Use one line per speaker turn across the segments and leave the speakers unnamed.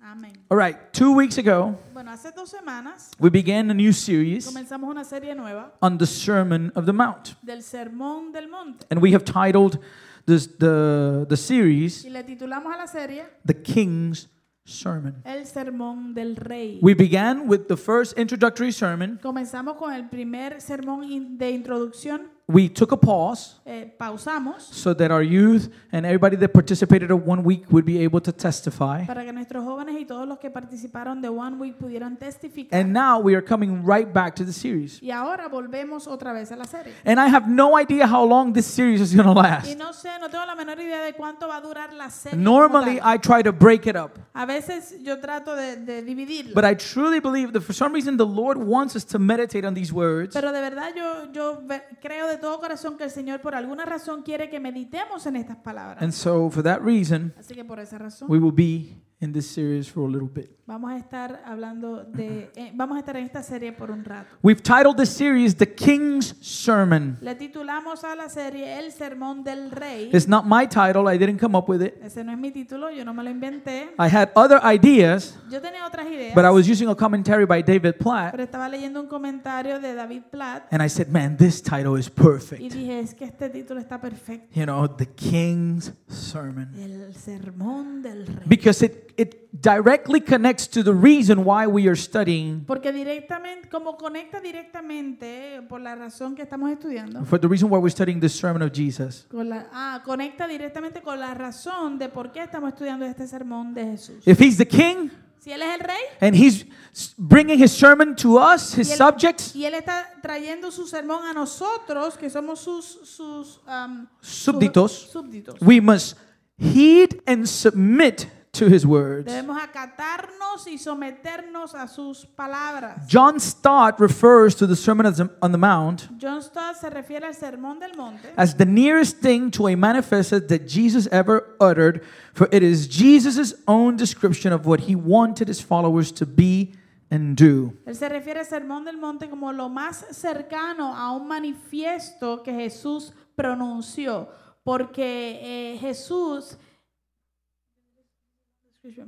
Amén.
All right, two weeks ago,
Bueno, hace dos semanas
we began a new series
comenzamos una serie nueva
on the Sermon of the Mount.
del Sermón del Monte
And we have titled this, the, the series
y le titulamos a la serie
The King's Sermon.
El Sermón del Rey.
We began with the first introductory sermon.
Comenzamos con el primer sermón in- de introducción,
We took a pause
eh, pausamos
so that our youth and everybody that participated in one week would be able to testify.
para que nuestros jóvenes y todos los que participaron de One Week pudieran testificar.
And now we are coming right back to the series.
y ahora volvemos otra vez a la serie.
And I have no idea how long this series is going to
Y
last.
no sé, no tengo la menor idea de cuánto va a durar la serie. como
Normally,
tal.
I try to break it up.
a veces yo trato de, de dividirla.
But I truly believe that for some reason the Lord wants us to meditate on these words.
Pero de verdad yo, yo ve- creo de todo corazón que el Señor por alguna razón quiere que meditemos en estas palabras.
And so, for that reason,
Así que por esa razón
we will be in this series for a little bit.
vamos a estar hablando de, eh, vamos a estar en esta serie por un rato.
We've titled this series The King's Sermon.
Le titulamos a la serie El Sermón del Rey.
It's not my title, I didn't come up with it.
Ese no es mi título, yo no me lo inventé.
I had other ideas,
Yo tenía otras ideas,
but I was using a commentary by David Platt,
pero estaba leyendo un comentario de David Platt
and I said, man, this title is
y
perfect.
dije, es que este título está perfecto.
You know, The King's Sermon.
El Sermón del Rey.
Because it, it directly connects to the reason why we are studying,
Porque directamente, como conecta directamente, eh, por la razón que estamos estudiando,
for the reason why we're studying this sermon of Jesus.
Con la- ah, conecta directamente con la razón de por qué estamos estudiando este sermón de Jesús.
If he's the king
Si Él es el rey
and he's s- bringing his sermon to us, his
Y el-
subjects,
y Él está trayendo su sermón a nosotros, que somos sus, sus am, sus
Súbditos.
súbditos.
we must heed and submit to his words.
Debemos acatarnos y someternos a sus palabras.
John Stott refers to the Sermon on the- on the Mount
John Stott se refiere al sermón del monte
as the nearest thing to a manifesto that Jesus ever uttered, for it is Jesus' own description of what he wanted his followers to be and do.
él se refiere al sermón del monte como lo más cercano a un manifiesto que Jesús pronunció, porque eh, Jesús,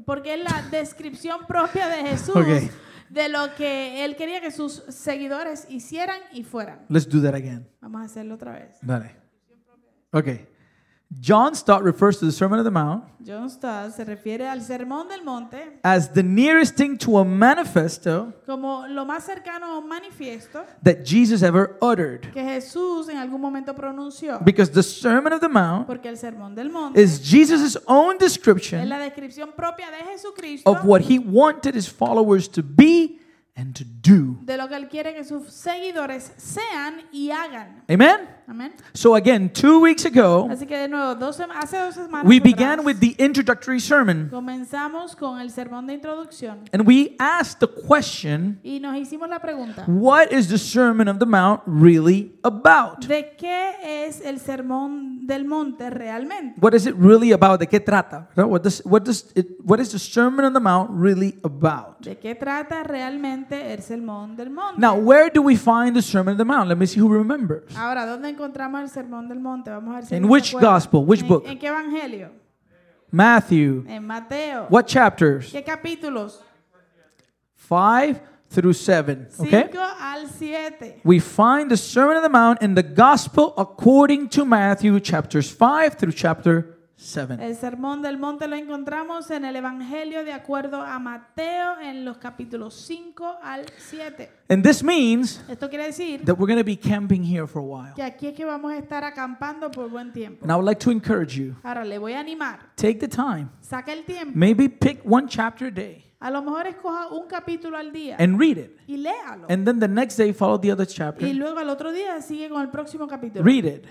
porque es la descripción propia de Jesús
Ok.
de lo que él quería que sus seguidores hicieran y fueran.
Let's do that again.
Vamos a hacerlo otra vez.
Dale. Okay. John Stott refers to the Sermon on the Mount
John Stott se refiere al sermón del monte
as the nearest thing to a manifesto
como lo más cercano a un manifiesto
that Jesus ever uttered.
que Jesús en algún momento pronunció,
Because the Sermon of the Mount
porque el sermón del monte
is Jesus' own
Es
description
la descripción propia de Jesucristo
of what he wanted his followers to be and to do.
de lo que él quiere que sus seguidores sean y hagan.
Amen?
Amén.
So, again, two weeks ago,
Así que de nuevo, dos sema- hace dos semanas
Oh. we
atrás,
began with the introductory sermon
comenzamos con el sermón de introducción
and we asked the question
y nos hicimos la pregunta,
what is the Sermon of the Mount really about?
¿de qué es el sermón del monte realmente?
What is it really about? ¿De qué trata? ¿Verdad? What, does, what, does it, what is the Sermon on the Mount really about?
¿De qué trata realmente el sermón del monte?
Now, where do we find the Sermon on the Mount? Let me see who remembers.
Ahora, ¿dónde encontramos el sermón del monte? Vamos a ver si
In
alguien se
which
acuerda.
gospel? Which
¿En-
book?
¿En qué evangelio?
Matthew.
En Mateo.
What chapters?
¿Qué capítulos?
5 through 7.
5
Okay?
al 7.
We find the Sermon on the Mount in the Gospel according to Matthew, chapters 5 through chapter 7.
El sermón del monte lo encontramos en el Evangelio de acuerdo a Mateo en los capítulos 5 al 7.
And this means
Esto quiere decir
that we're going to be camping here for a while.
que aquí es que vamos a estar acampando por buen tiempo.
And I would like to encourage you
Ahora le voy a animar.
take the time,
Saca el tiempo.
maybe pick one chapter a day
A lo mejor escoja un capítulo al día
and read it.
y léalo.
And then the next day, follow the other
Y
chapter,
luego al otro día sigue con el próximo capítulo.
read it.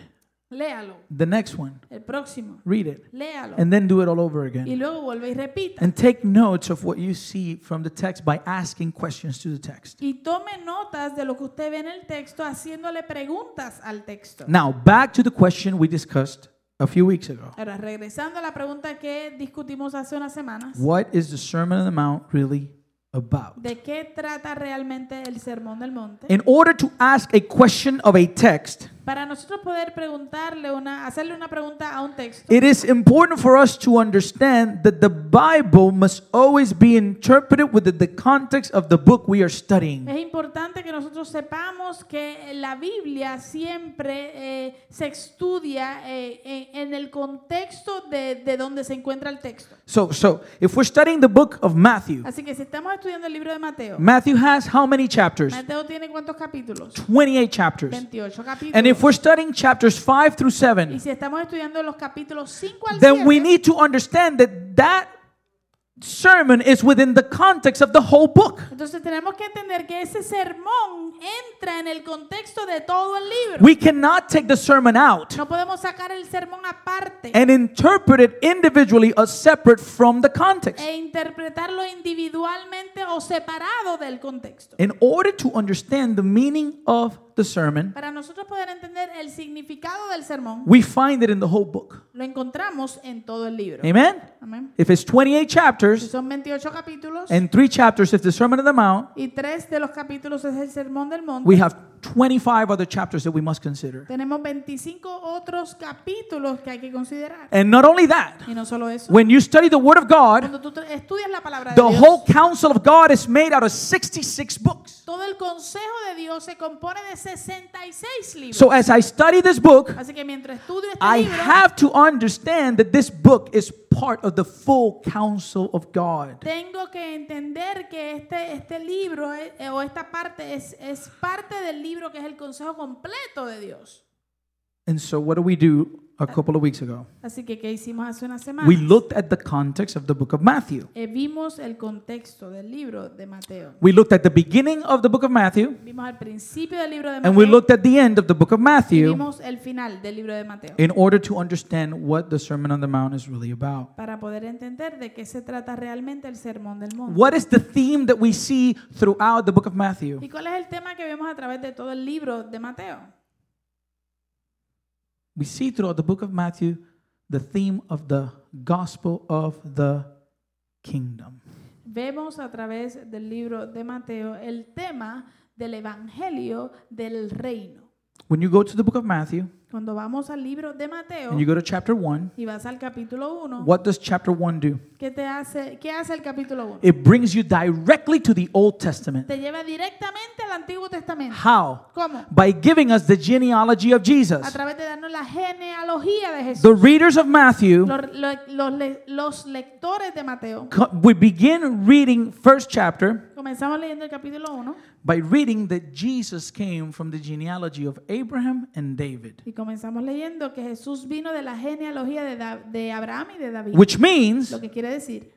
Léalo.
The next one,
El próximo.
read it.
Léalo.
And then do it all over again.
Y luego vuelve y repita.
And take notes of what you see from the text by asking questions to the text.
Y tome notas de lo que usted ve en el texto haciéndole preguntas al texto.
Now, back to the question we discussed a few weeks ago.
Ahora, regresando a la pregunta que discutimos hace unas semanas,
What is the Sermon on the Mount really about?
¿de qué trata realmente el Sermón del Monte?
In order to ask a question of a text,
Para nosotros poder preguntarle una, hacerle una pregunta a un texto,
It is important for us to understand that the Bible must always be interpreted within the context of the book we are studying.
es importante que nosotros sepamos que la Biblia siempre eh, se estudia eh, en, en el contexto de, de donde se encuentra el texto.
So, so if we're studying the book of Matthew,
Así que si estamos estudiando el libro de Mateo,
Matthew has how many chapters?
Mateo tiene cuántos capítulos?
28 chapters.
28
And if
capítulos.
we're studying chapters 5 through
Y
7,
si estamos estudiando los capítulos 5 al
then we
7,
need to understand that that sermon is within the context of the whole book.
entonces tenemos que entender que ese sermón entra en el contexto de todo el libro.
We cannot take the sermon out
No podemos sacar el sermón aparte
and interpret it individually or separate from the context.
e interpretarlo individualmente o separado del contexto.
In order to understand the meaning of the sermon,
Para nosotros poder entender el significado del sermón,
we find it in the whole book.
lo encontramos en todo el libro.
Amen?
Amén.
If it's 28
Si
chapters
son 28 capítulos
and 3 chapters is the Sermon on the Mount,
y tres de los capítulos es el sermón del monte,
we have 25 other chapters that we must consider.
tenemos 25 otros capítulos que hay que considerar.
And not only that,
Y no solo eso.
when you study the Word of God,
Cuando tú tra- estudias la palabra de
The
Dios,
whole counsel of God is made out of 66 books.
todo el consejo de Dios se compone de 66 libros.
So as I study this book,
Así que mientras estudio este
I
libro,
have to understand that this book is part of the full counsel of God.
tengo que entender que este, este libro eh, eh, o esta parte es, es parte del libro que es el consejo completo de Dios.
And so what do we do a couple of weeks ago?
Así que, ¿qué hicimos hace una semana?
We looked at the context of the book of Matthew.
Eh, vimos el contexto del libro de Mateo.
We looked at the beginning of the book of Matthew
Vimos el principio del libro de
and we
Mateo.
looked at the end of the book of
y
Matthew
vimos el final del libro de Mateo.
in order to understand what the Sermon on the Mount is really about.
Para poder entender de qué se trata realmente el sermón del monte.
What is the theme that we see throughout the book of Matthew?
¿Y cuál es el tema que vemos a través de todo el libro de Mateo?
we see throughout the book of Matthew the theme of the gospel of the kingdom.
Vemos a través del libro de Mateo el tema del evangelio del reino.
When you go to the book of Matthew
Cuando vamos al libro de Mateo
and you go to chapter 1,
y vas al capítulo 1,
what does chapter 1 do?
¿qué te hace qué hace el capítulo 1?
It brings you directly to the Old Testament.
Te lleva directamente al Antiguo Testamento.
How?
¿Cómo?
By giving us the genealogy of
A
Jesus.
través de darnos la genealogía de Jesús.
The readers of Matthew
Los, lo- los le- los lectores de Mateo.
co- we begin reading first chapter
Comenzamos leyendo el capítulo 1
by reading that Jesus came from the genealogy of Abraham and David,
y comenzamos leyendo que Jesús vino de la genealogía de, Da- de Abraham y de David.
which means
Lo que quiere decir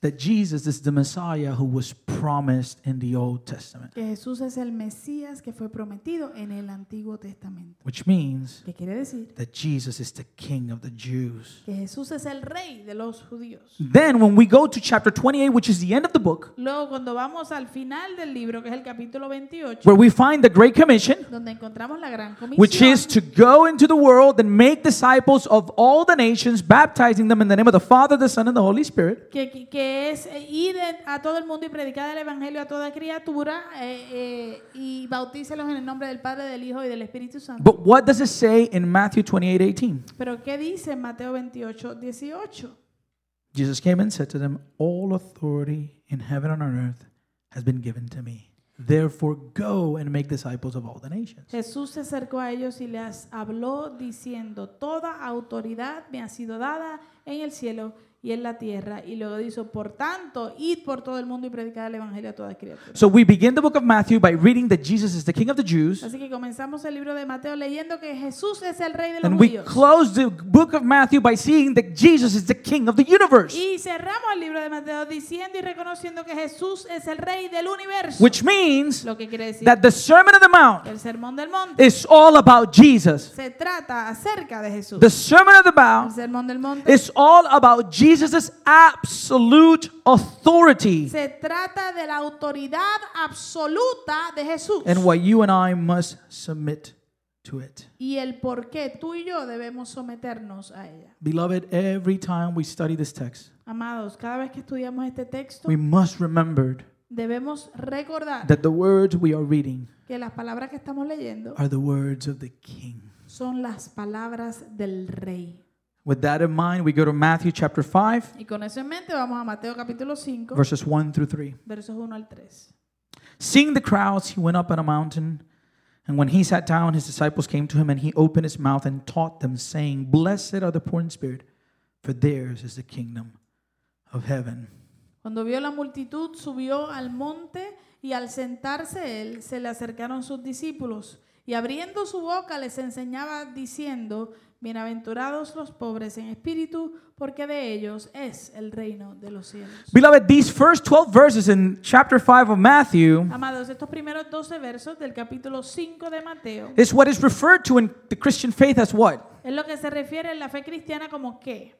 that Jesus is the Messiah who was promised in the Old Testament,
que Jesús es el Mesías que fue prometido en el Antiguo Testamento.
which means
¿Qué quiere decir?
that Jesus is the King of the Jews.
Que Jesús es el rey de los judíos.
Then, when we go to chapter 28, which is the end of the book,
Luego, cuando vamos al final del libro, que es el capítulo 28,
where we find the Great Commission,
donde encontramos la gran
which
comisión,
is to go into the world and make disciples of all the nations, baptizing them in the name of the Father, the Son, and the Holy Spirit.
que, que- que es eh, ir en- a todo el mundo y predicar el evangelio a toda criatura eh, eh, y bautícelos en el nombre del Padre, del Hijo y del Espíritu Santo.
But what does it say in Matthew 28 18?
Pero ¿qué dice Mateo 28, 18?
Jesus came and said to them, All authority in heaven and on earth has been given to me. Therefore, go and make disciples of all the nations.
Jesús se acercó a ellos y les habló diciendo, toda autoridad me ha sido dada en el cielo y en la tierra. Y luego dijo, por tanto, id por todo el mundo y predicad el evangelio a toda criatura.
So we begin the book of Matthew by reading that Jesus is the King of the Jews.
Así que comenzamos el libro de Mateo leyendo que Jesús es el rey de los
And we
judíos.
close the book of Matthew by seeing that Jesus is the King of the universe,
Y cerramos el libro de Mateo diciendo y reconociendo que Jesús es el rey del universo.
which means
Lo que quiere decir
that the Sermon on the
que
Mount
el sermón del monte
is all about Jesus.
se trata acerca de Jesús.
The Sermon on the
El
Mount
sermón del monte
is all about Jesus' absolute authority
se trata de la autoridad absoluta de Jesús
and why you and I must submit to it.
y el por qué tú y yo debemos someternos a ella.
Beloved, every time we study this text,
Amados, cada vez que estudiamos este texto,
we must remember
debemos recordar
that the words we are reading
que las palabras que estamos leyendo
are the words of the King.
son las palabras del rey.
With that in mind, we go to Matthew chapter 5,
Y con eso en mente vamos a Mateo capítulo 5,
verses 1 through 3.
versos 1 al 3.
Seeing the crowds, he went up on a mountain. And when he sat down, his disciples came to him, and he opened his mouth and taught them, saying, Blessed are the poor in spirit, for theirs is the kingdom of heaven.
Cuando vio la multitud, subió al monte y al sentarse él, se le acercaron sus discípulos y abriendo su boca les enseñaba diciendo, Bienaventurados los pobres en espíritu, porque de ellos es el reino de los cielos.
Beloved, these first 12 verses in chapter 5 of Matthew
Amados, estos primeros 12 versos del capítulo 5 de Mateo
is what is referred to in the Christian faith as what?
es lo que se refiere en la fe cristiana como qué?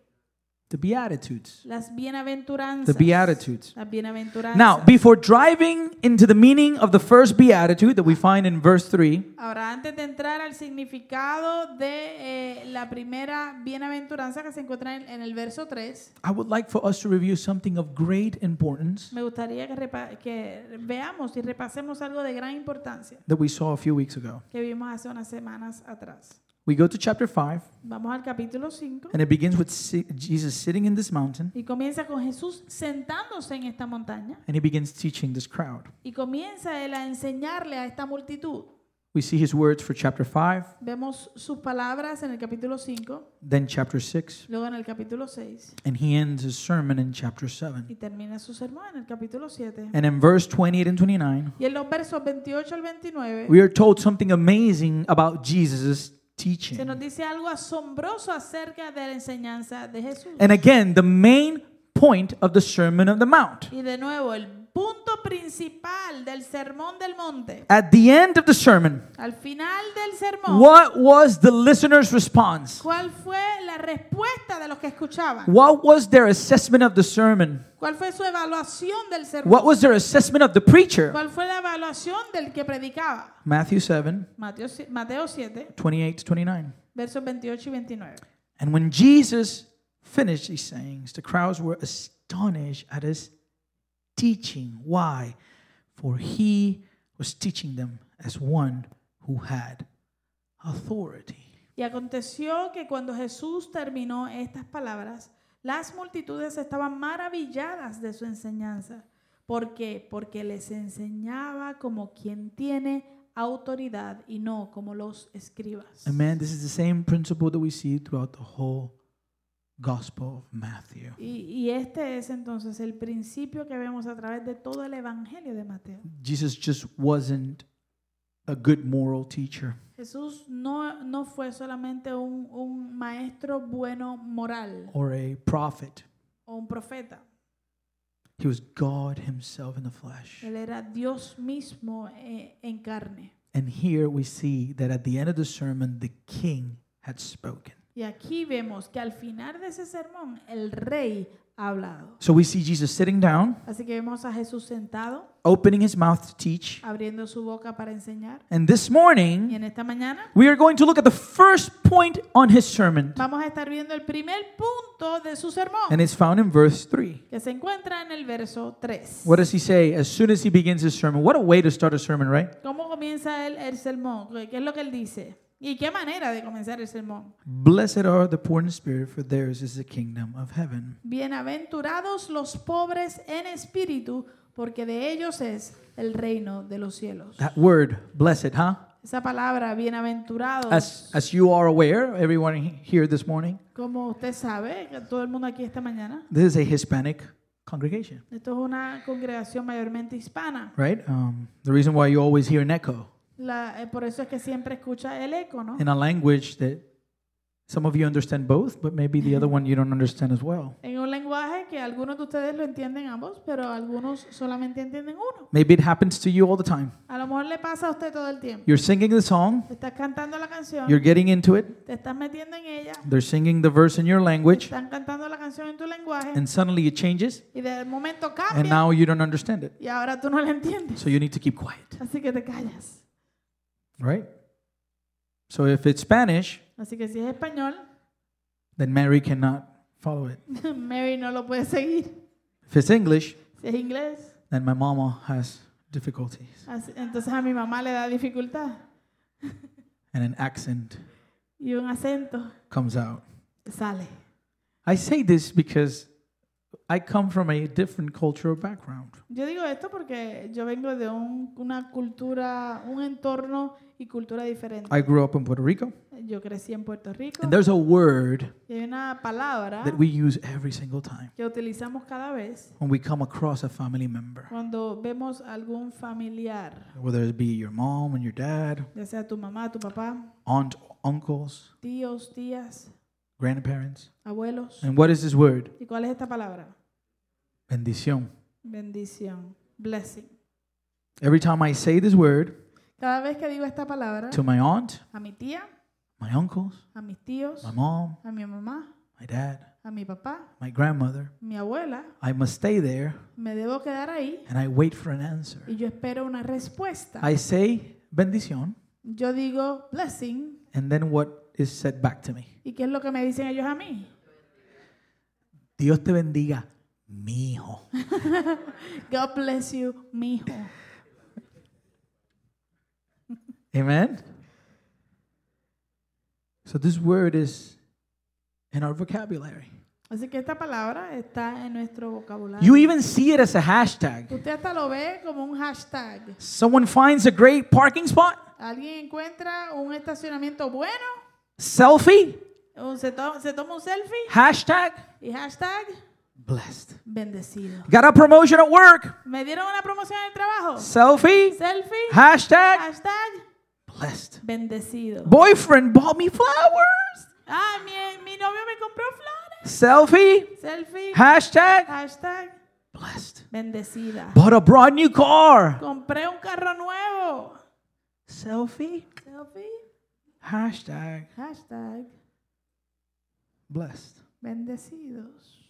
The Beatitudes.
Las
The
bienaventuranzas.
Beatitudes.
Las bienaventuranzas.
Now, before driving into the meaning of the first Beatitude that we find in verse 3,
Ahora, antes de entrar al significado de eh, la primera bienaventuranza que se encuentra en, en el verso 3,
I would like for us to review something of great importance
me gustaría que, repa- que veamos y repasemos algo de gran importancia
that we saw a few weeks ago.
que vimos hace unas semanas atrás.
We go to chapter 5,
Vamos al capítulo 5
and it begins with si- Jesus sitting in this mountain,
y comienza con Jesús sentándose en esta montaña
and he begins teaching this crowd.
y comienza él a enseñarle a esta multitud.
We see his words for chapter 5,
Vemos sus palabras en el capítulo 5,
then chapter 6,
luego en el capítulo 6
and he ends his sermon in chapter 7.
y termina su sermón en el capítulo 7.
And in verse 28 and 29,
Y en los versos 28 al 29
we are told something amazing about Jesus'
se nos
teaching.
dice algo asombroso acerca de la enseñanza de Jesús.
And again, the main point of the Sermon on the Mount.
Y de nuevo, el punto principal del sermón del monte,
At the end of the sermon,
al final del sermón,
what was the listener's response?
¿cuál fue la respuesta de los que escuchaban?
What was their assessment of the sermon?
¿Cuál fue su evaluación del sermón?
What was their assessment of the preacher?
¿Cuál fue la evaluación del que predicaba?
Matthew 7,
Mateo, si- Mateo 7,
28 to 29.
versos 28 y 29.
And when Jesus finished these sayings, the crowds were astonished at his teaching. Why? For he was teaching them as one who had authority.
Y aconteció que cuando Jesús terminó estas palabras, las multitudes estaban maravilladas de su enseñanza. ¿Por qué? Porque les enseñaba como quien tiene autoridad y no como los escribas.
Amen. This is the same principle that we see throughout the whole Gospel of Matthew.
Y, y este es entonces el principio que vemos a través de todo el Evangelio de Mateo.
Jesus just wasn't a good moral teacher.
Jesús no, no fue solamente un, un maestro bueno moral
or a prophet.
o un profeta.
He was God Himself in the flesh.
Él era Dios mismo eh, en carne.
And here we see that at the end of the sermon, the king had spoken.
Y aquí vemos que al final de ese sermón el rey ha hablado.
So we see Jesus sitting down,
Así que vemos a Jesús sentado,
opening his mouth to teach.
abriendo su boca para enseñar.
And this
Y
morning,
en esta mañana
we are going to look at the first point on his sermon,
vamos a estar viendo el primer punto de su sermón,
and it's found in verse 3.
que se encuentra en el verso 3.
What does he say as soon as he begins his sermon? What a way to start a sermon, right?
¿Cómo comienza él el sermón? ¿Qué es lo que él dice? ¿Y qué manera de comenzar el sermón?
Blessed are the poor in spirit, for theirs is the kingdom of heaven.
Bienaventurados los pobres en espíritu, porque de ellos es el reino de los cielos.
That word, blessed, huh?
Esa palabra, bienaventurados.
As, as you are aware, everyone he- here this morning,
Como usted sabe, que todo el mundo aquí esta mañana,
this is a Hispanic congregation,
esto es una congregación mayormente hispana.
right? Um, the reason why you always hear an echo
La- eh, por eso es que siempre escucha el eco, ¿no?
in a language that some of you understand both, but maybe the other one you don't understand as well.
En un lenguaje que algunos de ustedes lo entienden ambos, pero algunos solamente entienden uno.
Maybe it happens to you all the time.
A lo mejor le pasa a usted todo el tiempo.
You're singing the song,
Estás cantando la canción,
you're getting into it,
te estás metiendo en ella,
they're singing the verse in your language,
están cantando la canción en tu lenguaje
and suddenly it changes,
y de momento
and
cambia
now you don't understand it.
y ahora tú no la entiendes.
So you need to keep quiet,
Así que te callas.
right? So if it's Spanish,
Así que si es español,
then Mary cannot follow it.
Mary no lo puede seguir.
If it's English,
Si es inglés,
then my mama has difficulties
Así- Entonces a mi mamá le da dificultad
and an accent
y un acento
comes out.
sale.
I say this because I come from a different cultural background.
Yo digo esto porque yo vengo de un- una cultura, un entorno y cultura diferente.
I grew up in Puerto Rico,
Yo crecí en Puerto Rico
and there's a word
y hay una palabra
that we use every single time
que utilizamos cada vez
when we come across a family member,
cuando vemos algún familiar,
whether it be your mom and your dad,
ya sea tu mamá, tu papá,
aunt, uncles,
tíos, tías,
grandparents.
abuelos.
And what is this word?
¿Y cuál es esta palabra?
Bendición.
Bendición, blessing.
Every time I say this word
Cada vez que digo esta palabra
to my aunt,
a mi tía,
my uncles,
a mis tíos,
my mom,
a mi mamá,
my dad,
a mi papá,
my grandmother,
mi abuela,
I must stay there
me debo quedar ahí
and I wait for an answer.
y yo espero una respuesta.
I say bendición,
Yo digo blessing
and then what is said back to me?
y ¿qué es lo que me dicen ellos a mí?
Dios te bendiga, mi hijo.
God bless you, mijo.
Amen. So this word is in our vocabulary.
Así que esta palabra está en nuestro vocabulario.
You even see it as a hashtag.
Usted hasta lo ve como un hashtag.
Someone finds a great parking spot,
Alguien encuentra un estacionamiento bueno,
selfie,
un- se, to- se toma un selfie
hashtag
y hashtag
blessed.
bendecido.
Got a promotion at work,
Me dieron una promoción en el trabajo.
selfie,
Selfie,
hashtag
hashtag
blessed.
bendecido.
Boyfriend bought me flowers,
Ah, mi, mi novio me compró flores.
selfie,
Selfie,
hashtag
hashtag
blessed.
bendecida.
Bought a brand new car,
Compré un carro nuevo.
selfie,
Selfie,
hashtag
hashtag
blessed.
bendecidos.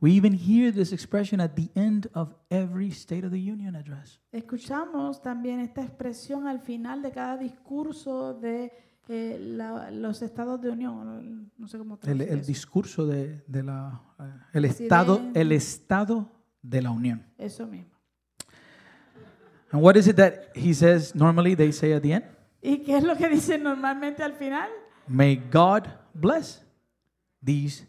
We even hear this expression at the end of every State of the Union address.
Escuchamos también esta expresión al final de cada discurso de eh, la- los estados de unión, o no, no sé cómo
El, el
traducir eso.
discurso de, de la, eh, el, estado, el estado de la Unión.
eso mismo.
And what is it that he says normally they say at the end?
¿Y qué es lo que dicen normalmente al final?
May God bless these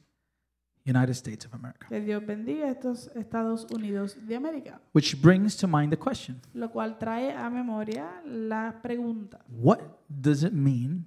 United States of America.
Que Dios bendiga estos Estados Unidos de América,
Which brings to mind the question
lo cual trae a memoria la pregunta,
what does it mean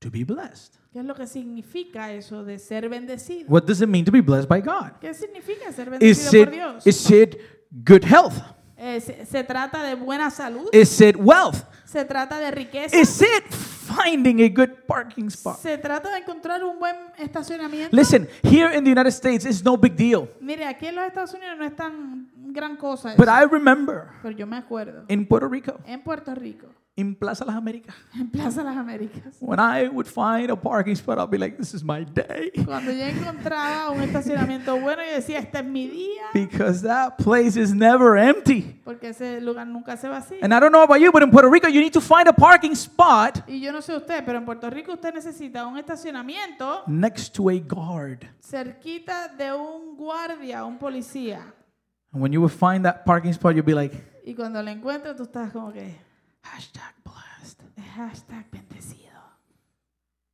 to be blessed?
¿qué es lo que significa eso de ser bendecido?
What does it mean to be blessed by God?
¿Qué significa ser
Is
bendecido por
it,
Dios?
is it good health?
Eh, se, se trata de buena salud,
Is it wealth?
se trata de riqueza,
Is it finding a good parking spot?
se trata de encontrar un buen estacionamiento.
Listen, here in the United States, it's no big deal.
Mire, aquí en los Estados Unidos no es tan gran cosa eso,
But I remember
pero yo me acuerdo.
in Puerto Rico,
En Puerto Rico,
in Plaza Las Américas,
en Plaza Las Américas,
when I would find a parking spot, I'll be like, this is my day.
cuando yo encontraba un estacionamiento bueno, yo decía, este es mi día,
Because that place is never empty.
porque ese lugar nunca se vacía.
And I don't know about you, but in Puerto Rico, you need to find a parking spot
Y yo no sé usted, pero en Puerto Rico usted necesita un estacionamiento
next to a guard.
cerquita de un guardia, un policía.
And when you would find that parking spot, you'd be like,
Y cuando lo encuentras, tú estás como que,
hashtag blessed.
hashtag bendecido.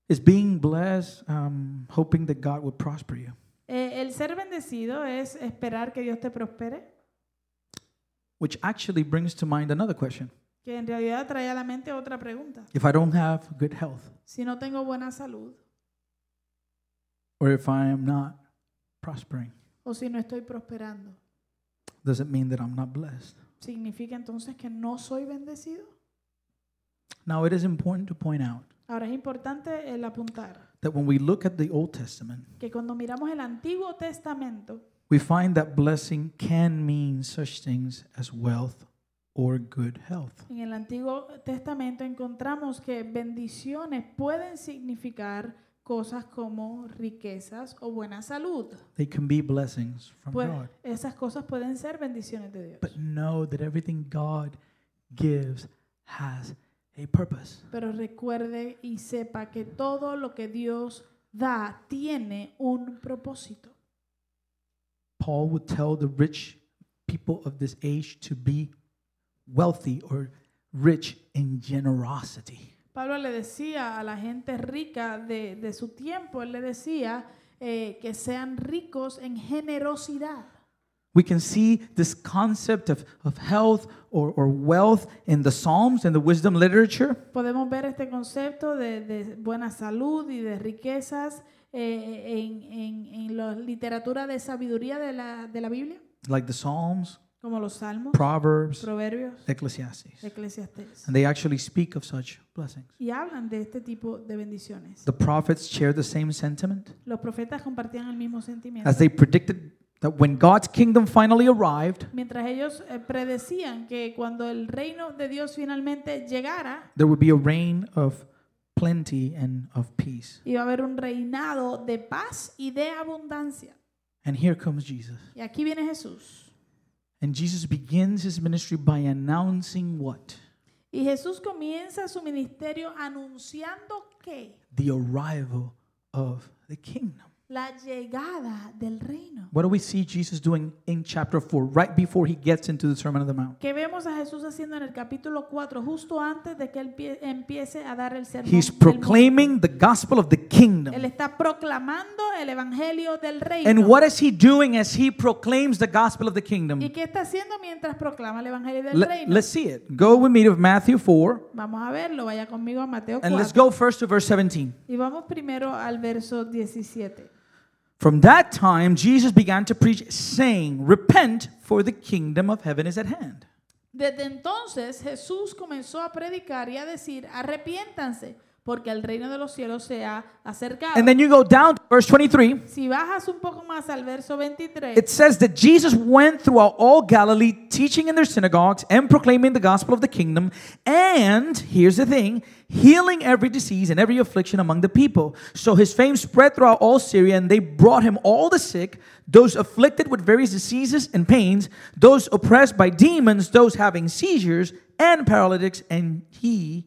Is being blessed um, hoping that God would prosper you?
Eh, el ser bendecido es esperar que Dios te prospere,
Which actually brings to mind another question.
que en realidad trae a la mente otra pregunta.
If I don't have good health,
Si no tengo buena salud
or if I am not prospering,
o si no estoy prosperando,
does it mean that I'm not blessed?
¿significa entonces que no soy bendecido?
Now, it is important to point out
Ahora es importante el apuntar
that when we look at the Old Testament,
que cuando miramos el Antiguo Testamento,
we find that blessing can mean such things as wealth or good health.
en el Antiguo Testamento encontramos que bendiciones pueden significar cosas como riquezas o buena salud.
They can be blessings from
Pues,
God.
esas cosas pueden ser bendiciones de Dios.
But know that everything God gives has a purpose.
Pero recuerde y sepa que todo lo que Dios da tiene un propósito.
Paul would tell the rich people of this age to be wealthy or rich in generosity.
Pablo le decía a la gente rica de, de su tiempo, él le decía eh, que sean ricos en generosidad.
We can see this concept of, of health or, or wealth in the Psalms and the wisdom literature.
Podemos ver este concepto de, de buena salud y de riquezas eh, en, en- en la literatura de sabiduría de la, de la Biblia,
like the Psalms,
como los salmos,
Proverbs,
proverbios,
Ecclesiastes.
eclesiastés.
And they actually speak of such blessings.
Y hablan de este tipo de bendiciones.
The prophets share the same sentiment
Los profetas compartían el mismo sentimiento.
as they predicted that when God's kingdom finally arrived,
Mientras ellos eh, predecían que cuando el reino de Dios finalmente llegara,
there would be a reign of plenty and of peace.
iba a haber un reinado de paz y de abundancia.
And here comes Jesus.
Y aquí viene Jesús.
And Jesus begins his ministry by announcing what?
Y Jesús comienza su ministerio anunciando que
The arrival of the kingdom.
la llegada del reino.
What do we see Jesus doing in chapter 4, right before he gets into the Sermon on the Mount?
Que vemos a Jesús haciendo en el capítulo 4, justo antes de que él pie- empiece a dar el sermón.
He's
del monte.
proclaiming the gospel of the kingdom.
Él está proclamando el evangelio del reino.
And what is he doing as he proclaims the gospel of the
¿Y
kingdom?
qué está haciendo mientras proclama el evangelio del
Let,
reino?
us see it. Go with me to Matthew 4,
Vamos a verlo, vaya conmigo a Mateo
and let's
4.
go first to verse 17.
Y vamos primero al verso 17.
From that time, Jesus began to preach, saying, Repent, for the kingdom of heaven is at hand.
Desde entonces Jesús comenzó a predicar y a decir, arrepiéntanse, porque el reino de los cielos se ha acercado.
And then you go down to verse 23.
si bajas un poco más al verso 23,
It says that Jesus went throughout all Galilee, teaching in their synagogues and proclaiming the gospel of the kingdom. And here's the thing healing every disease and every affliction among the people. So his fame spread throughout all Syria, and they brought him all the sick, those afflicted with various diseases and pains, those oppressed by demons, those having seizures and paralytics, and he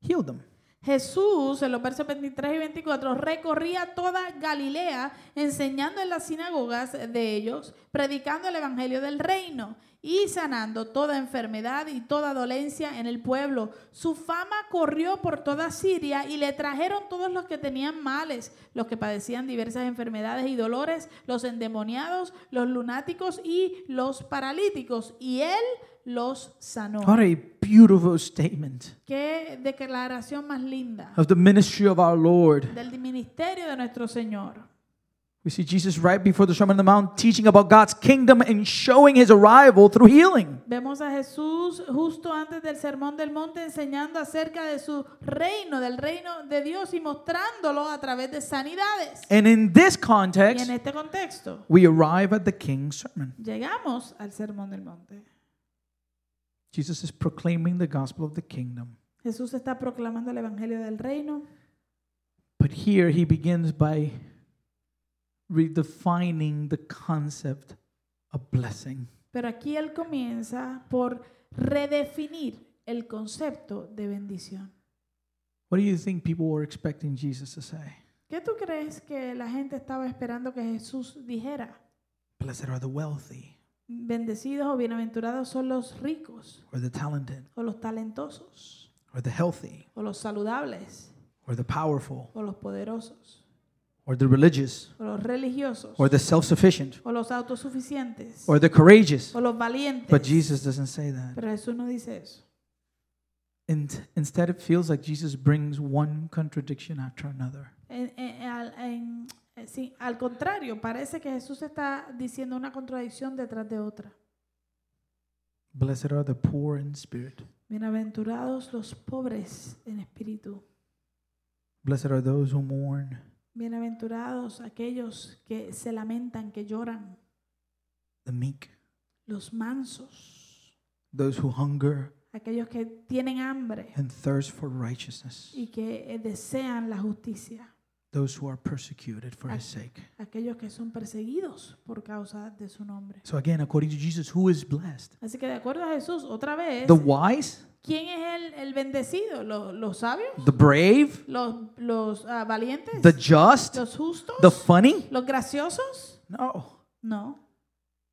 healed them.
Jesús, en los versos 23 y 24, recorría toda Galilea enseñando en las sinagogas de ellos, predicando el Evangelio del reino y sanando toda enfermedad y toda dolencia en el pueblo. Su fama corrió por toda Siria y le trajeron todos los que tenían males, los que padecían diversas enfermedades y dolores, los endemoniados, los lunáticos y los paralíticos. Y él los sanó.
What a beautiful statement
Qué declaración más linda
of the ministry of our Lord.
del ministerio de nuestro Señor.
We see Jesus right before the Sermon on the Mount teaching about God's kingdom and showing his arrival through healing.
Vemos a Jesús justo antes del Sermón del Monte enseñando acerca de su reino, del reino de Dios y mostrándolo a través de sanidades.
And in this
Y
context,
en este contexto,
we arrive at the King's sermon.
llegamos al Sermón del Monte.
Jesus is proclaiming the gospel of the kingdom.
Jesús está proclamando el Evangelio del reino,
But here he begins by redefining the concept of blessing.
pero aquí él comienza por redefinir el concepto de bendición.
What do you think people were expecting Jesus to say?
¿Qué tú crees que la gente estaba esperando que Jesús dijera?
Blessed are the wealthy
Bendecidos o bienaventurados son los ricos.
or the talented
o los talentosos,
or the healthy
o los saludables,
or the powerful
o los poderosos,
or the religious
o los religiosos,
or the self sufficient
o los autosuficientes,
or the courageous.
o los valientes.
But Jesus doesn't say that.
Pero Jesús no dice eso.
In- instead, it feels like Jesus brings one contradiction after another.
En- en- al, en- eh, sí, al contrario, parece que Jesús está diciendo una contradicción detrás de otra.
Blessed are the poor in spirit.
Bienaventurados los pobres en espíritu.
Blessed are those who mourn.
Bienaventurados aquellos que se lamentan, que lloran.
The meek.
Los mansos.
Those who hunger
Aquellos que tienen hambre.
and thirst for righteousness.
y que eh, desean la justicia,
Those who are persecuted for his sake.
aquellos que son perseguidos por causa de su nombre.
So, again, according to Jesus, who is blessed?
Así que de acuerdo a Jesús, otra vez,
The wise,
¿quién es el, el bendecido? ¿Los, los sabios?
the brave,
¿Los, los ah, valientes?
the just,
¿Los justos?
the funny?
¿Los graciosos?
No.
No.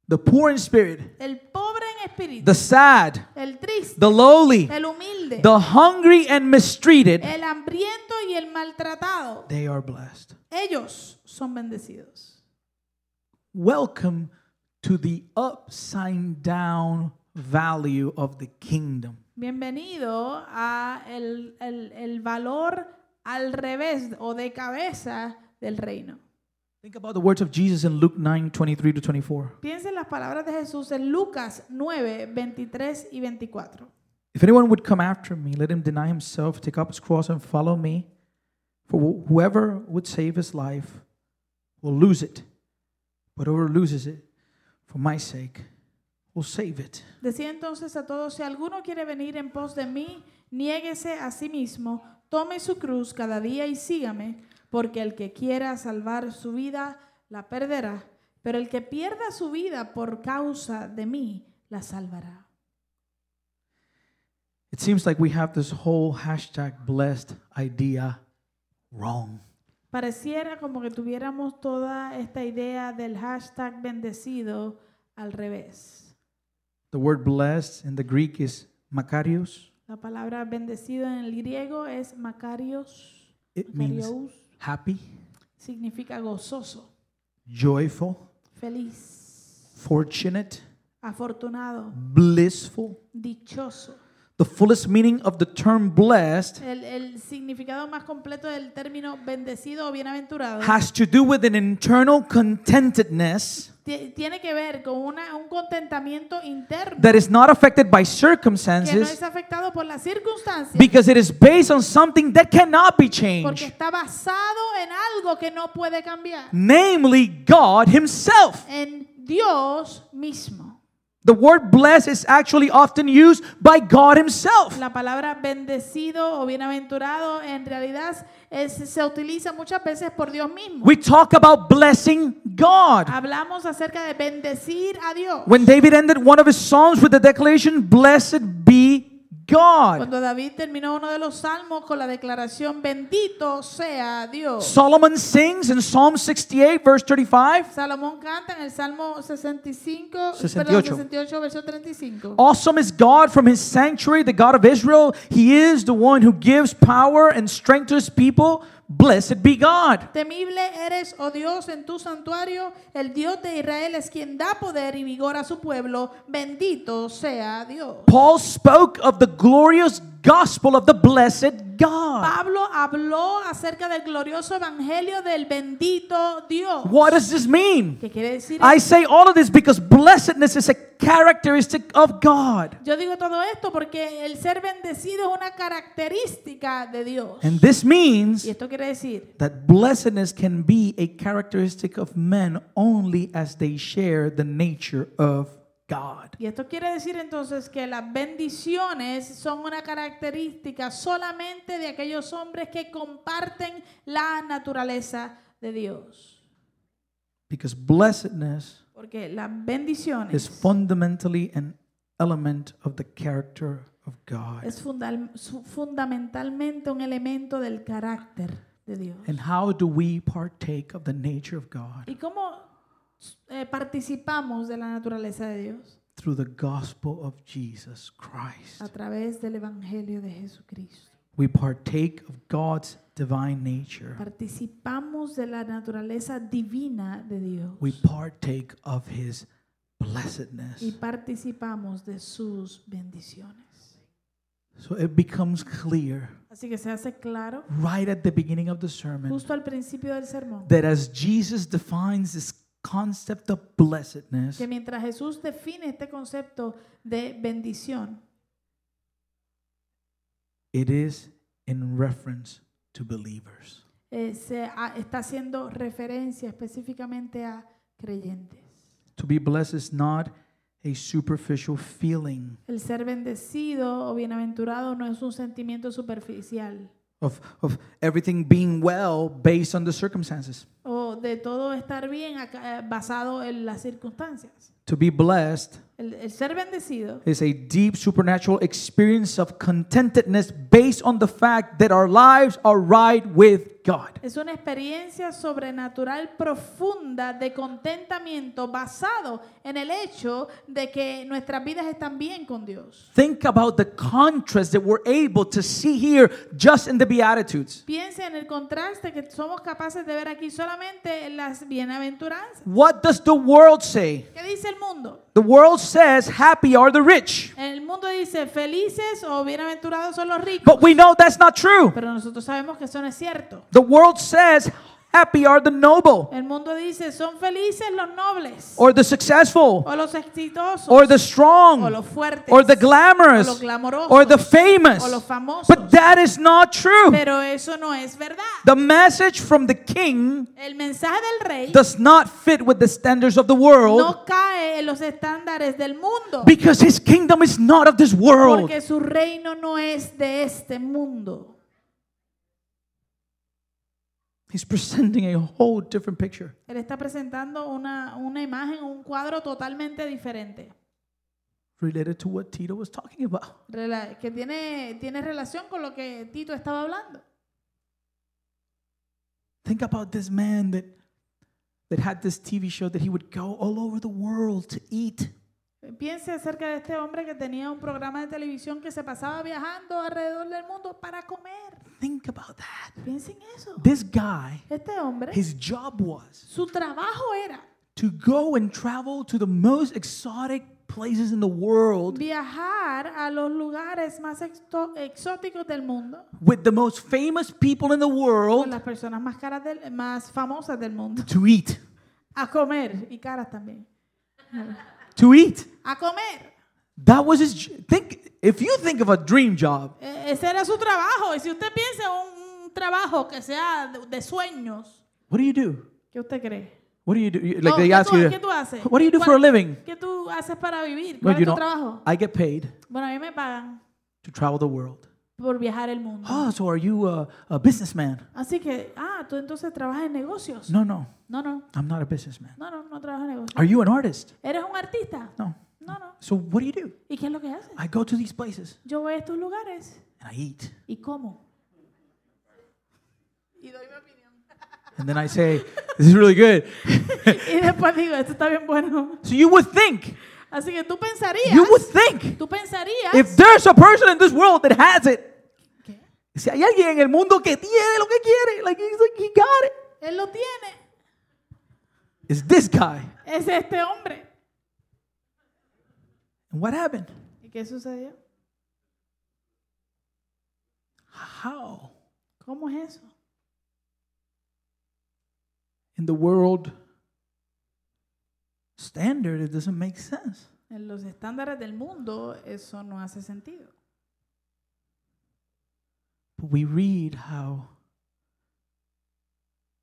The poor in spirit.
El espíritu,
the sad,
el triste,
the lowly,
el humilde,
the hungry and mistreated,
el hambriento y el maltratado.
they are blessed.
Ellos son bendecidos.
Welcome to the upside down value of the kingdom.
Bienvenido a el, el- el valor al revés o de cabeza del reino.
Think about the words of Jesus in Luke 9 23 to 24.
Piensen las palabras de Jesús en Lucas 9, 23 y 24.
If anyone would come after me, let him deny himself, take up his cross, and follow me. For wh- whoever would save his life will lose it. But whoever loses it for my sake will save it.
Decía entonces a todos, si alguno quiere venir en pos de mí, niéguese a sí mismo, tome su cruz cada día y sígame, porque el que quiera salvar su vida, la perderá, pero el que pierda su vida por causa de mí, la salvará.
It seems like we have this whole hashtag blessed idea wrong.
Pareciera como que tuviéramos toda esta idea del hashtag bendecido al revés.
The word blessed in the Greek is makarios.
La palabra bendecido en el griego es makarios.
It means
makarios,
happy,
significa gozoso,
joyful,
feliz,
fortunate,
afortunado,
blissful.
dichoso.
The fullest meaning of the term blessed
El, el significado más completo del término bendecido o bienaventurado
has to do with an internal contentedness
ti- tiene que ver con una- un contentamiento interno
that is not affected by
que no
circumstances
es afectado por las circunstancias
because it is based on something that cannot be
porque
changed,
está basado en algo que no puede cambiar,
namely God Himself.
en Dios mismo.
The word blessed is actually often used by God Himself.
La palabra bendecido o bienaventurado en realidad es- se utiliza muchas veces por Dios mismo.
We talk about blessing God.
Hablamos acerca de bendecir a Dios.
When David ended one of his psalms with the declaration, Blessed be God.
Cuando David terminó uno de los salmos con la declaración, bendito sea Dios.
Solomon sings in Psalm 68, verse 35.
Salomón canta en el Salmo 65, perdón,
68.
68 verso 35.
Awesome is God from his sanctuary, the God of Israel. He is the one who gives power and strength to his people. Blessed be God.
Temible eres, oh Dios, en tu santuario. El Dios de Israel es quien da poder y vigor a su pueblo. Bendito sea Dios.
Paul spoke of the glorious gospel of the blessed God.
Pablo habló acerca del glorioso evangelio del bendito Dios.
What does this mean?
¿Qué quiere decir?
I say all of this because blessedness is a characteristic of God.
Yo digo todo esto porque el ser bendecido es una característica de Dios.
And this means
Y esto quiere decir
that blessedness can be a characteristic of men only as they share the nature of God.
y esto quiere decir entonces que las bendiciones son una característica solamente de aquellos hombres que comparten la naturaleza de Dios.
Because blessedness
Porque las
is
bendiciones
fundamentally an element of the character of God.
es fundal- su- fundamentalmente un elemento del carácter de Dios.
And how do we partake of the nature of God?
¿Y cómo eh, participamos de la naturaleza de Dios?
Through the gospel of Jesus Christ.
A través del Evangelio de Jesucristo.
We partake of God's divine nature.
Participamos de la naturaleza divina de Dios.
We partake of his
y
blessedness.
participamos de sus bendiciones.
So it becomes clear
Así que se hace claro,
right at the beginning of the sermon
justo al principio del sermón,
that as Jesus defines this concept of blessedness,
que mientras Jesús define este concepto de bendición,
it is in reference to believers.
eh, se ha- está haciendo referencia específicamente a creyentes.
To be blessed is not a superficial feeling
El ser bendecido o bienaventurado no es un sentimiento superficial
of, of everything being well based on the circumstances.
o de todo estar bien acá- eh, basado en las circunstancias.
To be blessed
El- el ser bendecido
is a deep supernatural experience of contentedness based on the fact that our lives are right with God.
Es una experiencia sobrenatural profunda de contentamiento basado en el hecho de que nuestras vidas están bien con Dios.
Think about the contrast that we're able to see here just in the Beatitudes.
Piensa en el contraste que somos capaces de ver aquí solamente en las bienaventuranzas.
What does the world say?
¿Qué dice el mundo?
The world says, Happy are the rich.
El mundo dice felices o bienaventurados son los ricos,
But we know that's not true.
pero nosotros sabemos que eso no es cierto.
The world says, Happy are the noble,
El mundo dice son felices los nobles
or the successful,
o los exitosos
or the
o
strong,
los fuertes
or the
o los
glamorous,
glamorosos
or the
o los
famous.
famosos.
But that is not true.
pero eso no es verdad.
The message from the king
El mensaje del rey
does not fit with the standards of the world
no cae en los estándares del mundo
because his kingdom is not of this world.
porque su reino no es de este mundo.
He's presenting a whole different picture.
Él está presentando una, una imagen, un cuadro totalmente diferente
related to what Tito was talking about.
rela- que tiene, tiene relación con lo que Tito estaba hablando.
Think about this man that that had this TV show that he would go all over the world to eat.
Piense acerca de este hombre que tenía un programa de televisión que se pasaba viajando alrededor del mundo para comer.
Think about that.
Piense en eso.
This guy,
Este hombre,
his job was
su trabajo era
to go and travel to the most exotic places in the world
viajar a los lugares más exto- exóticos del mundo,
with the most famous people in the
con
world
las personas más caras del- más famosas del mundo,
to eat.
a comer y caras también.
To eat.
A comer.
That was his j- think if you think of a dream job,
E- Ese era su trabajo. Y si usted piensa en un, un trabajo que sea de, de sueños,
what do you do?
¿qué usted cree?
What do you do? You-
No,
Like they
¿qué,
ask
tú,
you,
qué tú haces?
what do you do for a
¿Cuál-
living?
¿Qué tú haces para vivir?
Well,
¿Cuál
you
es tu
know,
trabajo?
I get paid
Bueno, a mí me pagan
to travel the world.
por viajar el mundo.
Oh, so are you a, a businessman?
Así que, ah, tú entonces trabajas en negocios.
No, no,
No, no,
I'm not a businessman.
no, no, no trabajas en negocios.
Are you an artist?
¿Eres un artista?
No.
No, no.
So what do you do?
¿Y qué es lo que haces?
I go to these places
Yo voy a estos lugares
and I eat.
y como. Y doy mi opinión.
And then I say, this is really good.
y después digo, esto está bien bueno.
So you would think,
Así que tú pensarías,
you would think,
tú pensarías,
if there's a person in this world that has it,
¿Qué?
si hay alguien en el mundo que tiene lo que quiere, like, he's like he got it,
él lo tiene,
it's this guy.
es este hombre.
And what happened?
¿Y qué sucedió?
How
¿Cómo es eso?
in the world standard it doesn't make sense.
En los estándares del mundo eso no hace sentido.
But we read how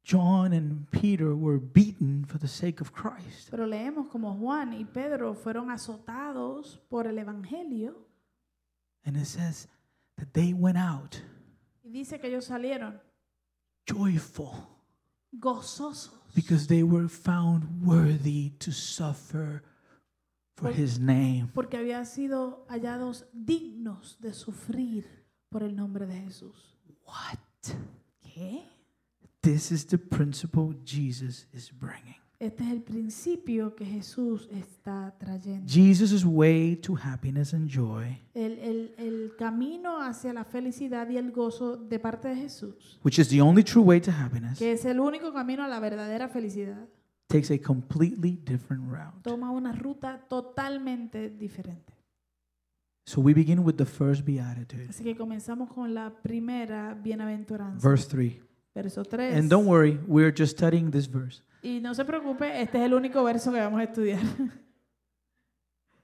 John and Peter were beaten for the sake of Christ.
Pero leemos como Juan y Pedro fueron azotados por el Evangelio
And it says that they went out
y dice que ellos salieron
joyful
gozosos
because they were found worthy to suffer for his name.
porque habían sido hallados dignos de sufrir por el nombre de Jesús.
What?
¿Qué?
This is the principle Jesus is bringing.
Este es el principio que Jesús está trayendo.
Jesus' way to happiness and joy,
El, el- el camino hacia la felicidad y el gozo de parte de Jesús,
which is the only true way to happiness,
que es el único camino a la verdadera felicidad,
takes a completely different route.
toma una ruta totalmente diferente.
So we begin with the first beatitude.
Así que comenzamos con la primera bienaventuranza,
verse 3
verso 3.
and don't worry we're just studying this verse
Y no se preocupe, este es el único verso que vamos a estudiar.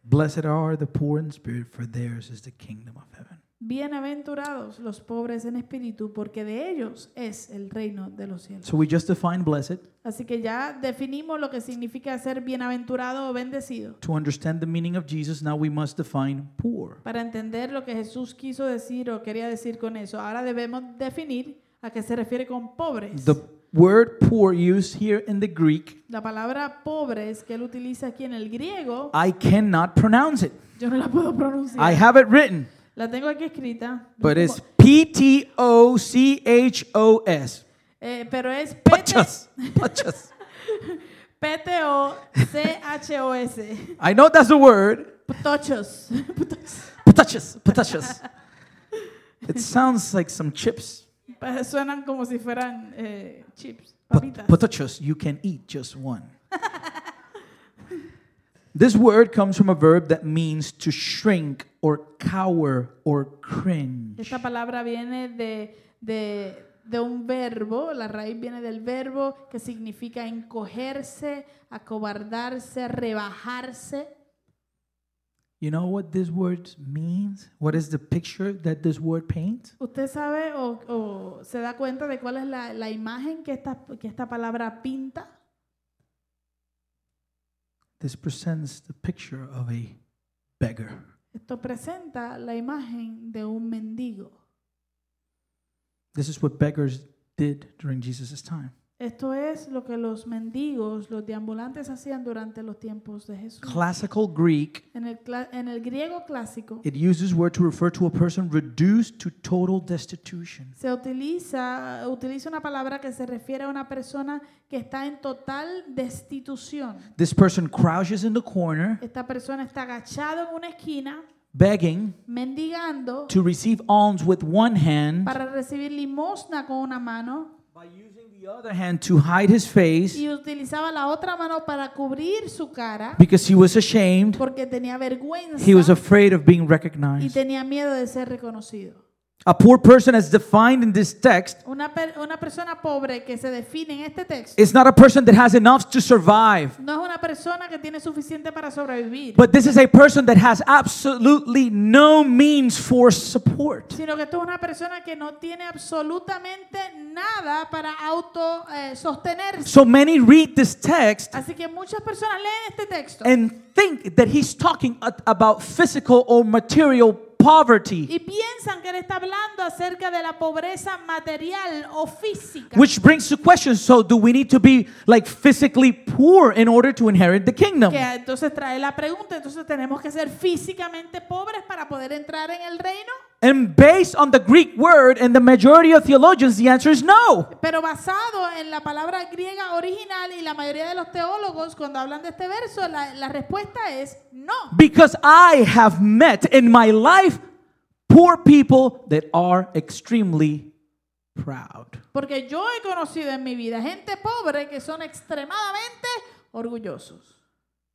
blessed are the poor in spirit for theirs is the kingdom of heaven
Bienaventurados los pobres en espíritu, porque de ellos es el reino de los cielos.
so we just define blessed
Así que ya definimos lo que significa ser bienaventurado o bendecido.
to understand the meaning of jesus now we must define poor
Para entender lo que Jesús quiso decir o quería decir con eso, ahora debemos definir a qué se refiere con pobres.
the word poor used here in the greek
La palabra pobres que él utiliza aquí en el griego,
i cannot pronounce it
yo no la puedo
i
pronunciar.
have it written
La tengo aquí escrita.
but
Como-
it's p-t-o-c-h-o-s
Eh, pero es
Punch us. Punch us.
P-T-O-C-H-O-S.
I know that's the word.
Tochos.
Punch us. Punch us. It sounds like some chips.
Pa- Suenan como si fueran eh, chips, papitas.
Potachos, you can eat just one. this word comes from a verb that means to shrink or cower or cringe.
Esta palabra viene de, de, de un verbo, la raíz viene del verbo que significa encogerse, acobardarse, rebajarse.
You know what this word means? What is the picture that this word paints?
¿Usted sabe o, o se da cuenta de cuál es la, la imagen que esta, que esta palabra pinta?
This presents the picture of a beggar.
Esto presenta la imagen de un mendigo.
This is what beggars did during Jesus' time.
Esto es lo que los mendigos, los deambulantes hacían durante los tiempos de Jesús.
Classical Greek,
En el, cla- en el griego clásico
it uses this word to refer to a person reduced to total destitution.
se utiliza, utiliza una palabra que se refiere a una persona que está en total destitución.
This person crouches in the corner
Esta persona está agachado en una esquina,
begging
mendigando
to receive alms with one hand
para recibir limosna con una mano
by using the other hand to hide his face
y utilizaba la otra mano para cubrir su cara
because he was ashamed.
porque tenía
He was
vergüenza
afraid of being
y
recognized.
tenía miedo de ser reconocido.
A poor person, as defined in this text,
Una, per- una persona pobre que se define en este texto
is not a person that has enough to survive,
no es una persona que tiene suficiente para sobrevivir,
but this is a person that has absolutely no means for support.
sino que esto es una persona que no tiene absolutamente nada para auto eh, sostenerse.
So many read this text
Así que muchas personas leen este texto
and think that he's talking a- about physical or material poverty.
y piensan que él está hablando acerca de la pobreza material o física.
Which brings to question, so do we need to be like physically poor in order to inherit the kingdom?
Que entonces trae la pregunta, entonces tenemos que ser físicamente pobres para poder entrar en el reino.
And based on the Greek word and the majority of theologians, the answer is no.
Pero basado en la palabra griega original y la mayoría de los teólogos cuando hablan de este verso, la, la respuesta es no.
Because I have met in my life poor people that are extremely proud.
Porque yo he conocido en mi vida gente pobre que son extremadamente orgullosos.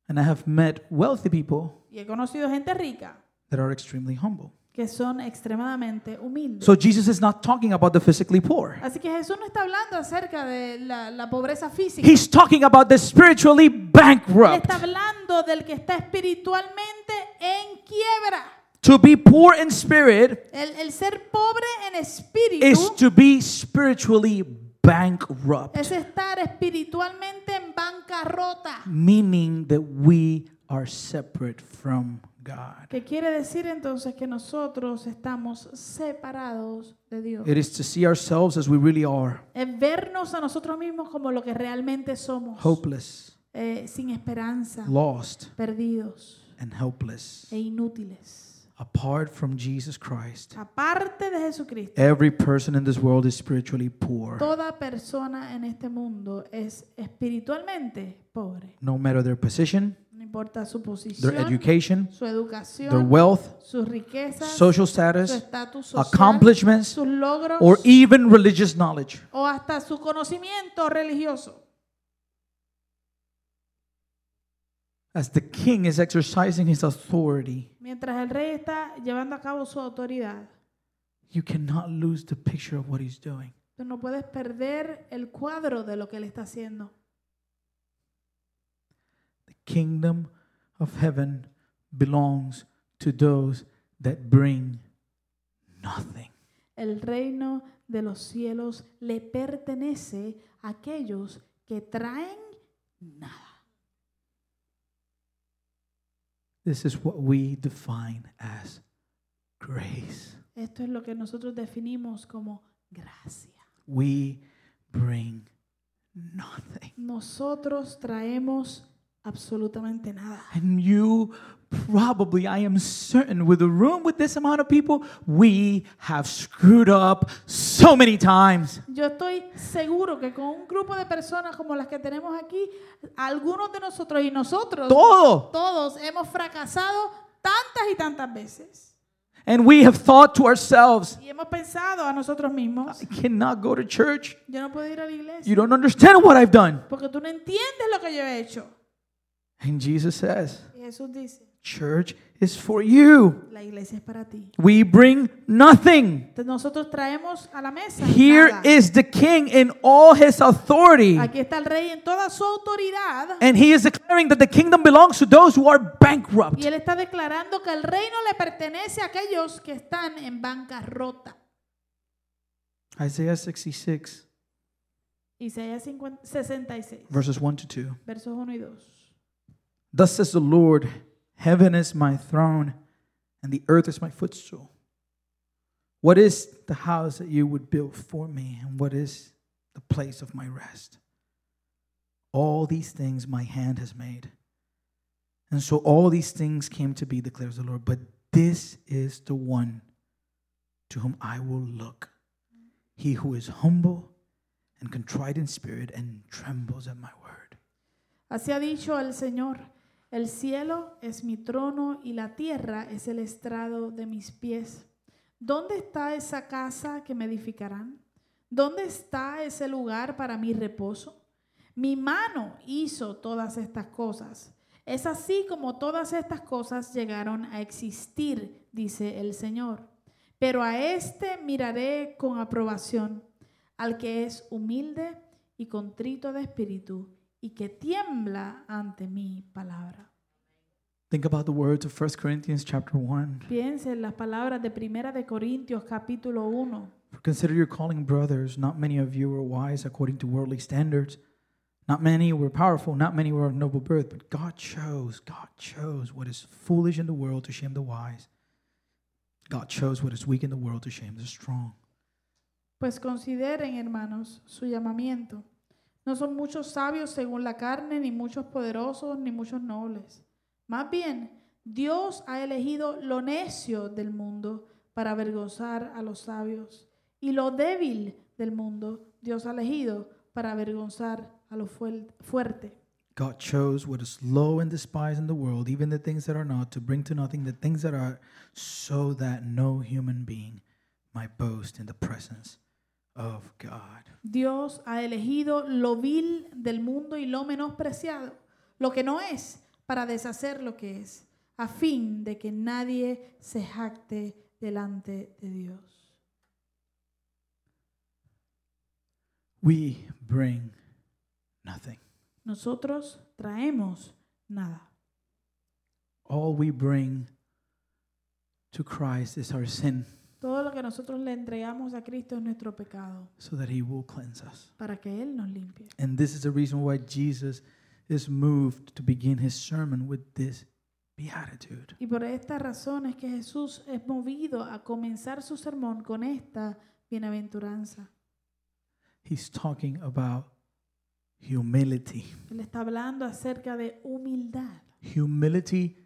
And I have met wealthy people
Y he conocido gente rica
that are extremely humble.
que son extremadamente humildes.
So Jesus is not talking about the physically poor.
Así que Jesús no está hablando acerca de la, la pobreza física.
He's talking about the spiritually
Él
bankrupt.
está hablando del que está espiritualmente en quiebra.
To be poor in spirit
El, el ser pobre en espíritu.
is to be spiritually bankrupt,
es estar espiritualmente en bancarrota.
meaning that we are separate from God.
Que quiere decir entonces que nosotros estamos separados de Dios.
It is to see ourselves as we really are
Es vernos a nosotros mismos como lo que realmente somos,
hopeless,
eh, sin esperanza,
lost,
perdidos
and helpless.
e inútiles.
Apart from Jesus Christ,
Aparte de Jesucristo,
every person in this world is spiritually poor,
toda persona en este mundo es espiritualmente pobre.
no matter their position,
No importa su
their
posición,
education,
su
their
educación,
wealth,
sus riquezas, su
social status,
estatus social,
accomplishments,
sus logros
or even religious knowledge.
o hasta su conocimiento religioso.
As the king is exercising his authority,
Mientras el rey está llevando a cabo su autoridad,
you cannot lose the picture of what he's doing.
tú no puedes perder el cuadro de lo que él está haciendo.
The kingdom of heaven belongs to those that bring nothing.
El reino de los cielos le pertenece a aquellos que traen nada.
This is what we define as grace.
Esto es lo que nosotros definimos como gracia.
We bring nothing.
Nosotros traemos absolutamente nada.
And you probably, I am certain, with a room with this amount of people, we have screwed up so many times.
Yo estoy seguro que con un grupo de personas como las que tenemos aquí, algunos de nosotros y nosotros,
Todo.
todos hemos fracasado tantas y tantas veces.
And we have thought to ourselves,
Y hemos pensado a nosotros mismos,
I cannot go to church.
yo no puedo ir a la iglesia
You don't understand what I've done.
porque tú no entiendes lo que yo he hecho.
And Jesus says,
Y Jesús dice,
Church is for you.
la iglesia es para ti.
We bring nothing.
Entonces, Nosotros traemos a la mesa.
Here
nada.
is the king in all his authority.
Aquí está el rey en toda su autoridad.
And he is declaring that the kingdom belongs to those who are bankrupt.
Y él está declarando que el reino le pertenece a aquellos que están en bancarrota.
Isaiah 66,
Isaías 50 66,
verses 1 to 2.
versos 1 y 2.
Thus says the Lord Heaven is my throne, and the earth is my footstool. What is the house that you would build for me, and what is the place of my rest? All these things my hand has made. And so all these things came to be, declares the Lord. But this is the one to whom I will look he who is humble and contrite in spirit and trembles at my word.
Así ha dicho el Señor, el cielo es mi trono y la tierra es el estrado de mis pies. ¿Dónde está esa casa que me edificarán? ¿Dónde está ese lugar para mi reposo? Mi mano hizo todas estas cosas. Es así como todas estas cosas llegaron a existir, dice el Señor. Pero a este miraré con aprobación, al que es humilde y contrito de espíritu y que tiembla ante mi palabra.
Think about the words of 1 Corinthians chapter 1.
Piensen en las palabras de Primera de Corintios capítulo 1.
For consider your calling, brothers. Not many of you were wise according to worldly standards. Not many were powerful. Not many were of noble birth. But God chose, God chose what is foolish in the world to shame the wise. God chose what is weak in the world to shame the strong.
Pues consideren, hermanos, su llamamiento. No son muchos sabios según la carne, ni muchos poderosos, ni muchos nobles. Más bien, Dios ha elegido lo necio del mundo para avergonzar a los sabios, y lo débil del mundo Dios ha elegido para avergonzar a lo fuel- fuerte.
God chose what is low and despised in the world, even the things that are not, to bring to nothing the things that are, so that no human being might boast in the presence of God.
Dios ha elegido lo vil del mundo y lo menospreciado, lo que no es, para deshacer lo que es, a fin de que nadie se jacte delante de Dios.
We bring nothing.
Nosotros traemos nada.
All we bring to Christ is our sin,
Todo lo que nosotros le entregamos a Cristo es nuestro pecado,
so that he will cleanse us.
para que Él nos limpie.
And this is the reason why Jesus is moved to begin his sermon with this beatitude.
Y por esta razón es que Jesús es movido a comenzar su sermón con esta bienaventuranza.
He's talking about humility.
Él está hablando acerca de humildad.
Humility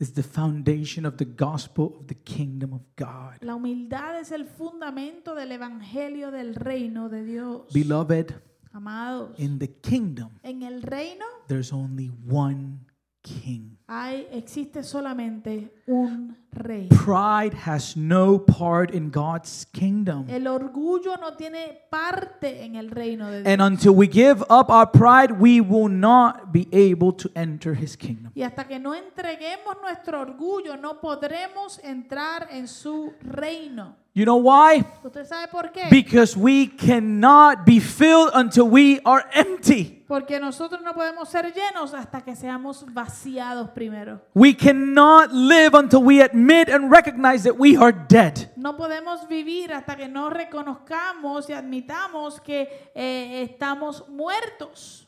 is the foundation of the gospel of the kingdom of God.
La humildad es el fundamento del evangelio del reino de Dios.
Beloved,
Amados,
in the kingdom,
en el reino
there's only one king.
hay existe solamente un rey.
Pride has no part in God's kingdom.
El orgullo no tiene parte en el reino de Dios.
And until we give up our pride, we will not be able to enter his kingdom.
Y hasta que no entreguemos nuestro orgullo, no podremos entrar en su reino.
You know why?
¿Usted sabe por qué?
Because we cannot be filled until we are empty.
Porque nosotros no podemos ser llenos hasta que seamos vaciados primero.
We cannot live until we admit and recognize that we are dead.
No podemos vivir hasta que no reconozcamos y admitamos que eh, estamos muertos.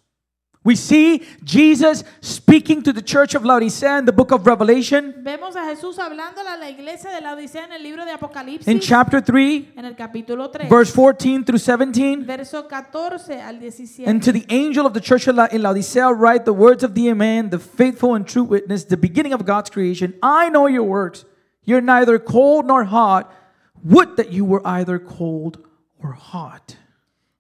We see Jesus speaking to the church of Laodicea in the book of Revelation
Vemos a Jesús hablándole a la iglesia de la Odisea en el libro de
in
Apocalipsis,
chapter 3,
en el capítulo 3,
verse 14 through 17.
verso 14 al 17.
And to the angel of the church in La- in Laodicea, write the words of the Amen, the faithful and true witness, the beginning of God's creation. I know your works. You're neither cold nor hot. Would that you were either cold or hot.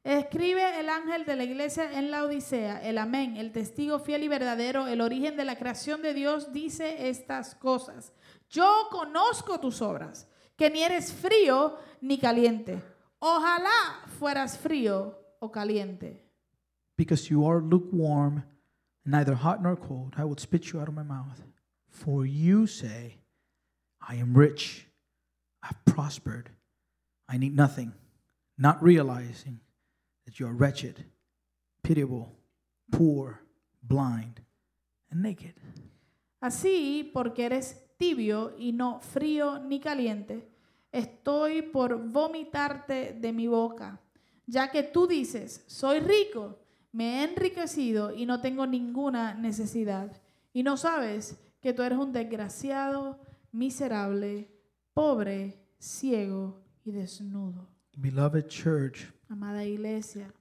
Escribe el ángel de la iglesia en la Odisea, el amén, el testigo fiel y verdadero, el origen de la creación de Dios, dice estas cosas. Yo conozco tus obras, que ni eres frío ni caliente. Ojalá fueras frío o caliente.
Because you are lukewarm, neither hot nor cold, I will spit you out of my mouth. For you say, I am rich, I've prospered, I need nothing, not realizing that you are wretched, pitiable, poor, blind, and naked.
Así, porque eres tibio y no frío ni caliente, estoy por vomitarte de mi boca, ya que tú dices, soy rico, me he enriquecido y no tengo ninguna necesidad, y no sabes que tú eres un desgraciado, miserable, pobre, ciego y desnudo.
Beloved church,
Amada iglesia,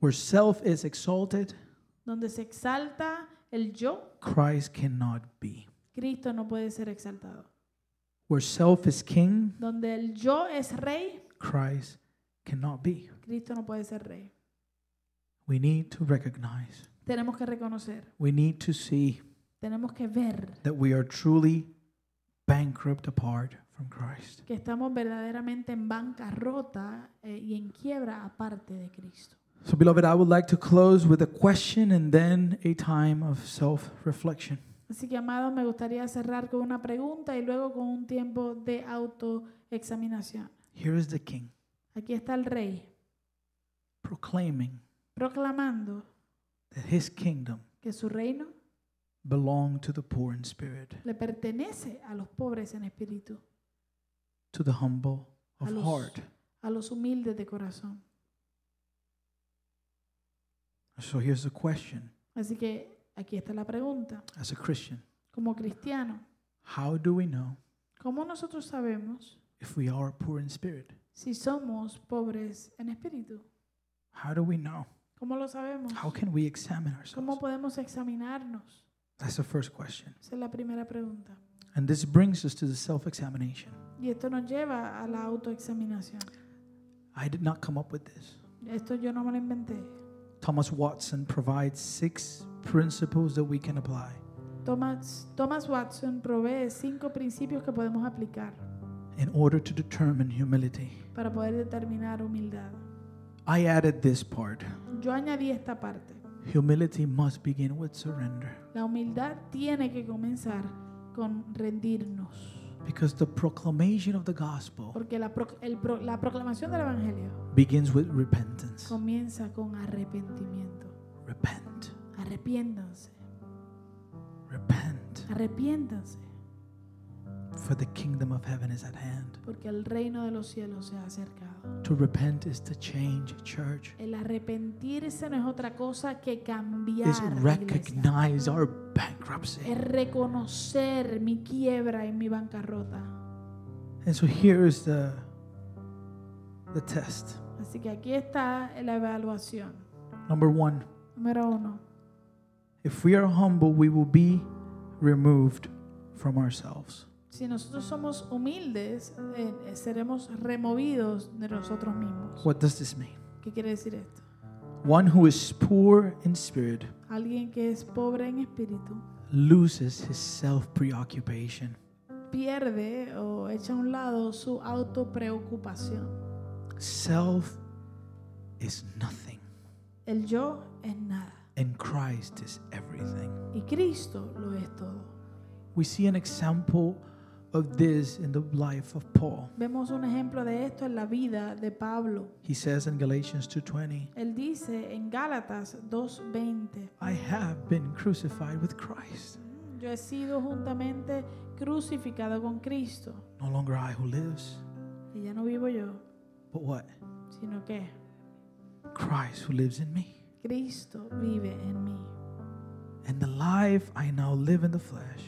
where self is exalted,
donde se exalta el yo,
Christ cannot be.
Cristo no puede ser exaltado.
Where self is king,
Donde el yo es rey,
Christ cannot be.
Cristo no puede ser rey.
We need to recognize,
Tenemos que reconocer,
we need to see
tenemos que ver
that we are truly bankrupt apart from Christ.
que estamos verdaderamente en bancarrota eh, y en quiebra aparte de Cristo.
So, beloved, I would like to close with a question and then a time of self reflection.
Así que, amados, me gustaría cerrar con una pregunta y luego con un tiempo de autoexaminación.
Here is the King
Aquí está el rey
proclaiming
proclamando
that his kingdom
que su reino
belonged to the poor in spirit,
le pertenece a los pobres en espíritu,
to the humble of
A los-
heart.
a los humildes de corazón.
So, here's the question
Así que aquí está la pregunta.
as a Christian,
Como cristiano,
how do we know
¿cómo nosotros sabemos
if we are poor in spirit?
si somos pobres en espíritu?
How do we know?
¿Cómo lo sabemos?
How can we examine
¿Cómo
ourselves?
podemos examinarnos?
That's the first question.
Esa es la primera pregunta.
And this brings us to the self examination.
Y esto nos lleva a la autoexaminación.
I did not come up with this.
Esto yo no me lo inventé.
Thomas Watson provides six principles that we can apply.
Thomas, Thomas Watson provee cinco principios que podemos aplicar
in order to determine humility.
para poder determinar humildad.
I added this part
Yo añadí esta parte.
humility must begin with surrender
La humildad tiene que comenzar con rendirnos,
because the proclamation of the gospel
porque la, pro- el pro- la proclamación del Evangelio
begins with repentance.
comienza con arrepentimiento.
Repent,
Arrepiéntanse,
repent,
arrepiéntanse,
for the kingdom of heaven is at hand.
porque el reino de los cielos se ha acercado.
To repent is to change, church,
El arrepentirse no es otra cosa que cambiar.
is
iglesia.
recognize our bankruptcy.
Es reconocer mi quiebra y mi bancarrota.
And so here is the the test.
Así que aquí está la evaluación.
Number 1,
Número uno.
If we are humble, we will be removed from ourselves.
Si nosotros somos humildes, eh, eh, seremos removidos de nosotros mismos.
What does this mean?
¿Qué quiere decir esto?
One who is poor in spirit
Alguien que es pobre en espíritu
loses his self preoccupation.
pierde o echa a un lado su autopreocupación.
Self is nothing,
El yo es nada
and Christ is everything.
y Cristo lo es todo.
We see an example of this in the life of Paul.
Vemos un ejemplo de esto en la vida de Pablo.
He says in Galatians 2:20,
Él dice en Gálatas 2:20,
"I have been crucified with Christ.
yo he sido juntamente crucificado con Cristo.
No longer I who lives,
Y ya no vivo yo,
but what?
sino que
Christ who lives in me."
Cristo vive en mí.
And the life I now live in the flesh,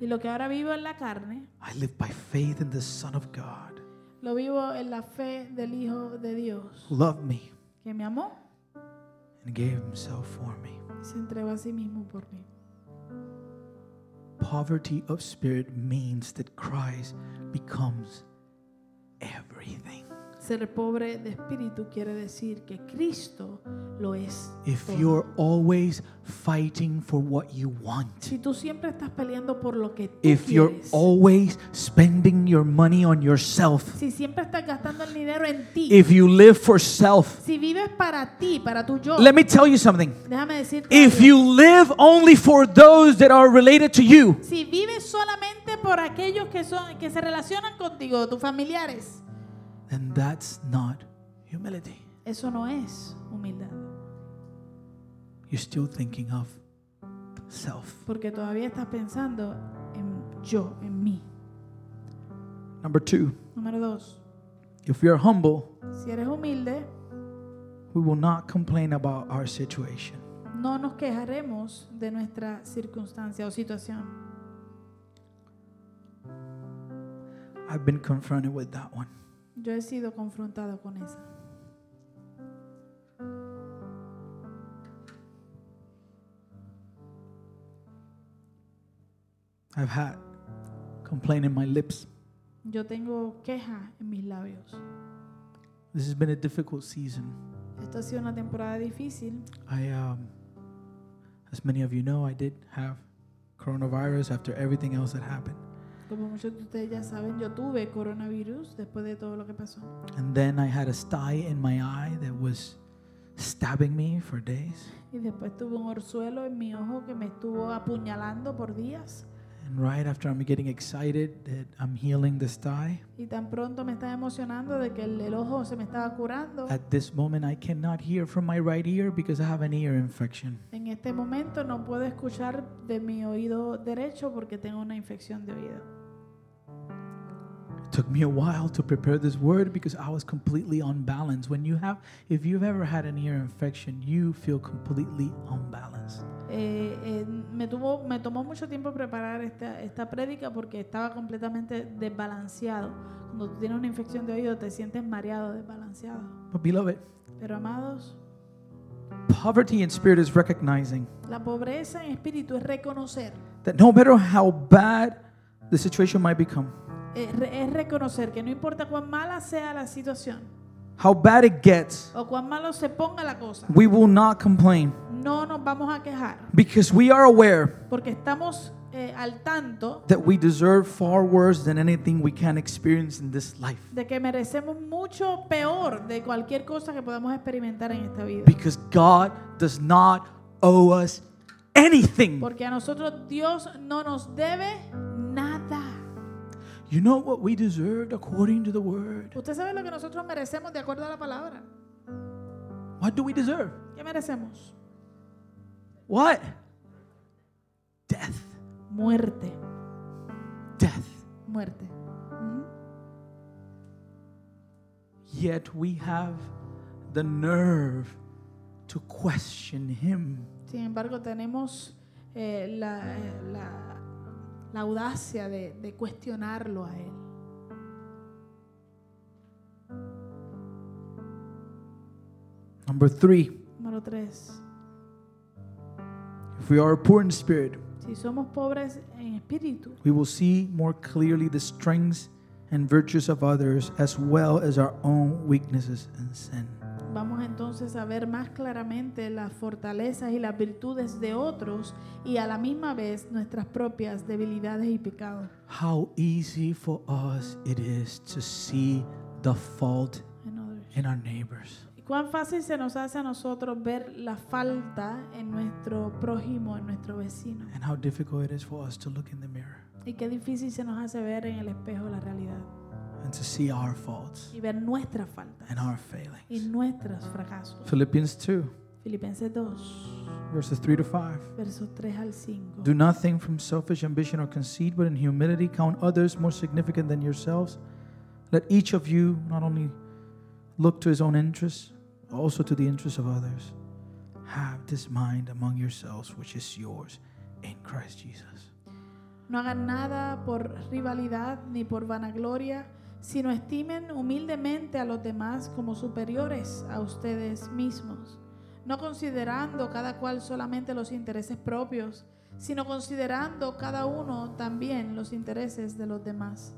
Y lo que ahora vivo en la carne,
I live by faith in the Son of God
lo vivo en la fe del Hijo de Dios,
who loved me
que me amó
and gave himself for me.
y se entregó a sí mismo por mí.
Poverty of spirit means that Christ becomes everything.
Ser pobre de espíritu quiere decir que Cristo lo es.
If
todo.
you're always fighting for what you want,
si tú siempre estás peleando por lo que tú
if you're
quieres,
always spending your money on yourself,
si siempre estás gastando el dinero en ti,
if you live for self,
si vives para ti, para tu yo,
let me tell you something.
déjame decirte,
If
algo.
you live only for those that are related to you,
si vives solamente por aquellos que son que se relacionan contigo, tus familiares,
then that's not humility.
eso no es humildad,
You're still thinking of self.
porque todavía estás pensando en yo, en mí.
Number two,
Número dos,
if we are humble,
si eres humilde,
we will not complain about our situation.
no nos quejaremos de nuestra circunstancia o situación.
I've been confronted with that one.
Yo he sido confrontado con esa.
I've had complaint in my lips.
Yo tengo queja en mis labios.
This has been a difficult season.
Esto ha sido una temporada difícil.
I, um, as many of you know, I did have coronavirus after everything else that happened.
Como muchos de ustedes ya saben, yo tuve coronavirus después de todo lo que pasó.
And then I had a sty in my eye that was stabbing me for days.
Y después tuve un orzuelo en mi ojo que me estuvo apuñalando por días.
And right after I'm getting excited that I'm healing the sty,
Y tan pronto me estaba emocionando de que el, el ojo se me estaba curando.
at this moment I cannot hear from my right ear because I have an ear infection.
En este momento no puedo escuchar de mi oído derecho porque tengo una infección de oído.
It took me a while to prepare this word because I was completely unbalanced. When you have, if you've ever had an ear infection, you feel completely unbalanced.
Eh, eh, me, tuvo, me tomó mucho tiempo preparar esta, esta prédica porque estaba completamente desbalanceado. Cuando tú tienes una infección de oído te sientes mareado, desbalanceado.
But beloved,
Pero amados,
poverty in spirit is recognizing
la pobreza en espíritu es reconocer.
that no matter how bad the situation might become,
eh, re- es reconocer que no importa cuán mala sea la situación
how bad it gets,
o cuán malo se ponga la cosa,
we will not complain
no nos vamos a quejar
because we are aware
porque estamos eh, al tanto
that we deserve far worse than anything we can experience in this life
de que merecemos mucho peor de cualquier cosa que podamos experimentar en esta vida.
because God does not owe us anything.
Porque a nosotros Dios no nos debe nada.
You know what we deserved according to the word?
Usted sabe lo que nosotros merecemos de acuerdo a la palabra.
What do we deserve?
¿Qué merecemos?
What? Death.
Muerte,
Death.
muerte. Ujú.
Yet we have the nerve to question him.
Sin embargo, tenemos eh, la, eh, la- la audacia de, de cuestionarlo a Él.
Number three,
Número tres,
if we are poor in spirit,
si somos pobres en espíritu,
we will see more clearly the strengths and virtues of others as well as our own weaknesses and sin.
Vamos entonces a ver más claramente las fortalezas y las virtudes de otros y a la misma vez nuestras propias debilidades y pecados.
How easy for us it is to see the fault
en others.
in our neighbors.
Y cuán fácil se nos hace a nosotros ver la falta en nuestro prójimo, en nuestro vecino.
and how difficult it is for us to look in the mirror
Y qué difícil se nos hace ver en el espejo la realidad
and to see our faults
y ver nuestras faltas
and our
y
failings.
nuestros fracasos.
Philippians 2,
Filipenses 2,
verses 3 to 5.
versos 3 al 5.
Do nothing from selfish ambition or conceit, but in humility count others more significant than yourselves. Let each of you not only look to his own interests, but also to the interests of others. Have this mind among yourselves, which is yours in Christ Jesus.
No hagan nada por rivalidad ni por vanagloria, sino estimen humildemente a los demás como superiores a ustedes mismos, no considerando cada cual solamente los intereses propios, sino considerando cada uno también los intereses de los demás.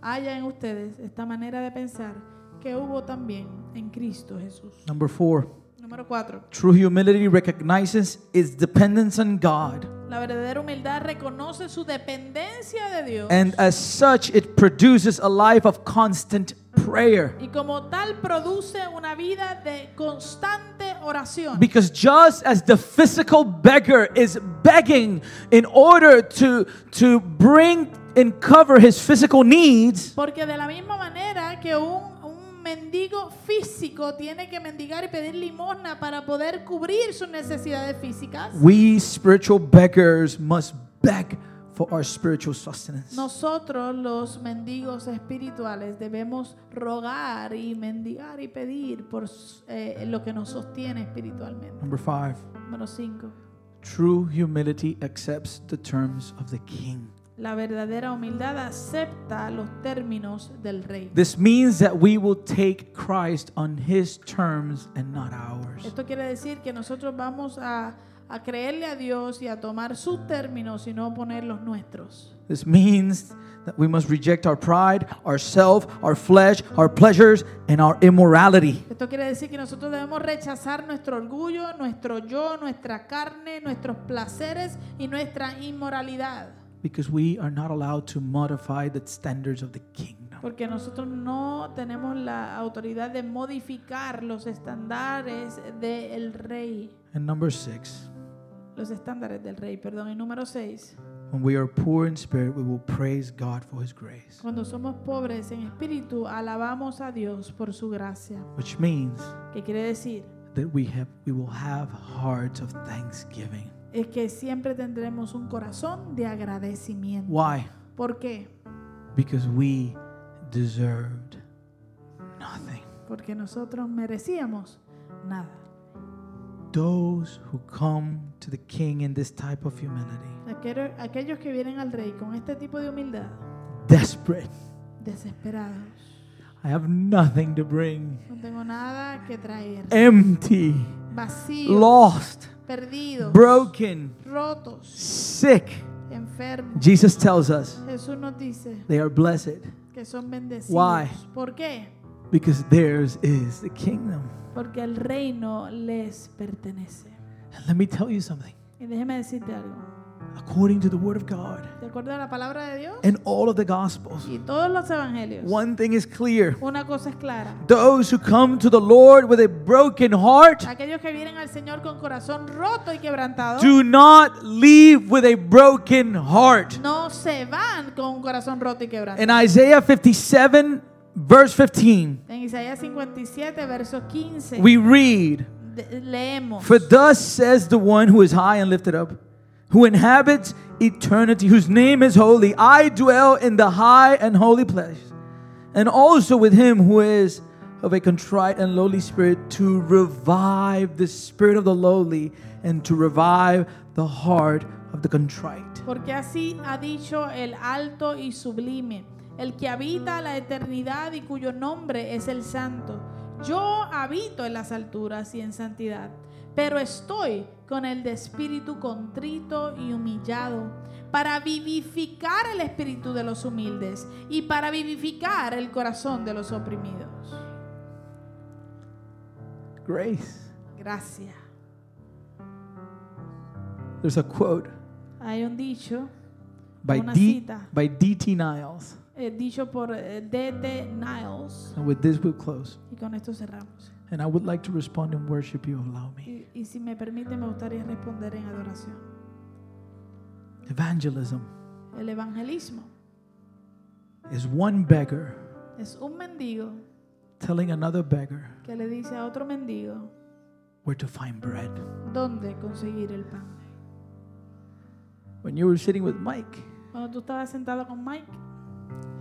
Haya en ustedes esta manera de pensar que hubo también en Cristo Jesús.
Number four,
Número 4.
true humility recognizes its dependence on God,
La verdadera humildad reconoce su dependencia de Dios.
and as such, it produces a life of constant prayer.
Y como tal produce una vida de constante oración.
Because just as the physical beggar is begging in order to, to bring and cover his physical needs,
Porque de la misma manera que un, un mendigo físico tiene que mendigar y pedir limosna para poder cubrir sus necesidades físicas,
we spiritual beggars must beg for our spiritual sustenance.
nosotros los mendigos espirituales debemos rogar y mendigar y pedir por eh, lo que nos sostiene espiritualmente.
Number five,
Número 5.
true humility accepts the terms of the king.
La verdadera humildad acepta los términos del rey.
This means that we will take Christ on his terms and not ours.
Esto quiere decir que nosotros vamos a, a creerle a Dios y a tomar sus términos y no poner los nuestros.
This means that we must reject our pride, ourself, our flesh, our pleasures, and our immorality.
Esto quiere decir que nosotros debemos rechazar nuestro orgullo, nuestro yo, nuestra carne, nuestros placeres y nuestra inmoralidad.
because we are not allowed to modify the standards of the kingdom.
Porque nosotros no tenemos la autoridad de modificar los estándares del rey.
And number six,
Los estándares del rey, perdón. Y número 6.
when we are poor in spirit, we will praise God for His grace,
Cuando somos pobres en espíritu, alabamos a Dios por su gracia.
which means
¿Qué quiere decir?
that we have we will have hearts of thanksgiving.
es que siempre tendremos un corazón de agradecimiento.
Why?
¿Por qué?
Because we deserved nothing.
Porque nosotros merecíamos nada.
Those who come to the king in this type of humility,
Aquellos, aquellos que vienen al rey con este tipo de humildad,
desperate,
desesperados,
I have nothing to bring,
no tengo nada que traer,
empty,
vacíos,
lost,
perdidos,
broken,
rotos,
sick.
enfermos.
Jesus tells us
Jesús nos dice
They are blessed
que son
Why?
bendecidos. ¿Por qué?
because theirs is the kingdom.
Porque el reino les pertenece.
And let me tell you something.
Y déjeme decirte algo.
According to the word of God
De acuerdo a la palabra de Dios
and all of the gospels,
y todos los evangelios,
one thing is clear.
Una cosa es clara.
Those who come to the Lord with a broken heart
Aquellos que vienen al Señor con corazón roto y quebrantado
do not leave with a broken heart.
no se van con un corazón roto y quebrantado.
In Isaiah 57, verse 15,
En Isaías 57, versos 15,
we read,
de- leemos.
For thus says the one who is high and lifted up, who inhabits eternity, whose name is holy. I dwell in the high and holy place, and also with him who is of a contrite and lowly spirit, to revive the spirit of the lowly and to revive the heart of the contrite.
Porque así ha dicho el alto y sublime, el que habita la eternidad y cuyo nombre es el santo. Yo habito en las alturas y en santidad, pero estoy con el de espíritu contrito y humillado, para vivificar el espíritu de los humildes y para vivificar el corazón de los oprimidos.
Grace.
Gracias.
There's a quote
Hay un dicho,
by,
Una
D,
cita.
by D.T. Niles.
eh, dicho por eh, D.T. Niles,
And with this, we'll close.
y con esto cerramos.
And I would like to respond and worship you. Allow me.
Y, y si me permite, me gustaría responder en adoración.
Evangelism.
El evangelismo
is one beggar
es un mendigo
telling another beggar
que le dice a otro mendigo
where to find bread.
dónde conseguir el pan.
When you were sitting with Mike,
Cuando tú estabas sentado con Mike,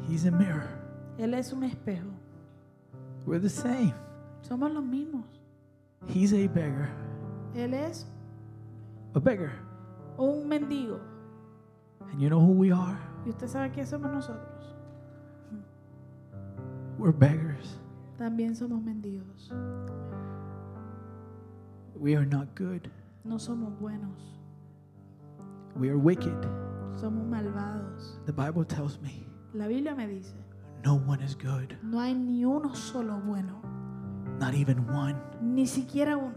he's a mirror.
él es un espejo.
We're the same.
Somos los mismos.
He's a beggar.
Él es
a beggar.
un mendigo.
And you know who we are?
Y usted sabe qué somos nosotros.
We're beggars.
También somos mendigos.
We are not good.
No somos buenos.
We are wicked.
Somos malvados.
The Bible tells me
La Biblia me dice,
no one is good,
no hay ni uno solo bueno.
not even one.
Ni siquiera uno.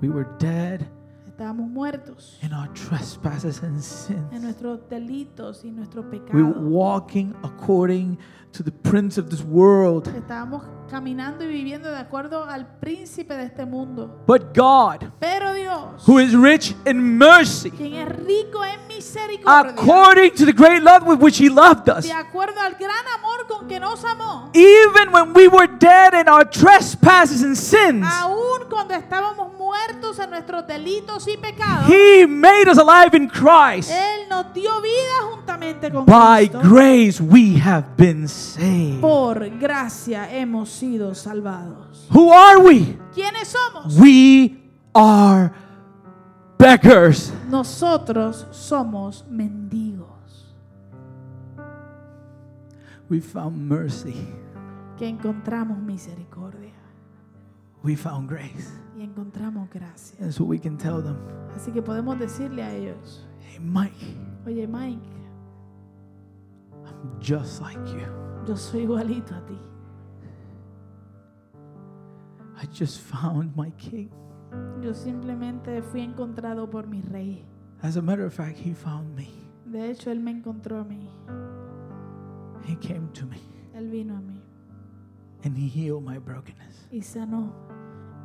We were dead
Estábamos muertos
in our trespasses and
en
sins.
nuestros delitos y nuestros
We were
pecados.
walking according to the prince of this world.
Estábamos caminando y viviendo de acuerdo al príncipe de este mundo.
But God,
Pero Dios,
who is rich in mercy,
quien es rico en misericordia,
according to the great love with which He loved us,
de acuerdo al gran amor con que nos amó,
even when we were dead in our trespasses and sins,
aun cuando estábamos muertos en nuestros delitos y pecados,
He made us alive in Christ.
Él nos dio vida juntamente con
By
Cristo.
grace we have been saved.
Por gracia hemos sido salvados.
Who are we?
¿Quiénes somos?
We are beggars.
Nosotros somos mendigos
We found mercy.
que encontramos misericordia
We found grace.
y encontramos gracia.
And so we can tell them,
Así que podemos decirle a ellos,
hey, Mike,
oye Mike,
I'm just like you.
yo soy igualito a ti.
I just found my king.
Yo simplemente fui encontrado por mi rey.
As a matter of fact, he found me.
De hecho, él me encontró a mí.
He came to me
Él vino a mí
and he healed my brokenness
y sanó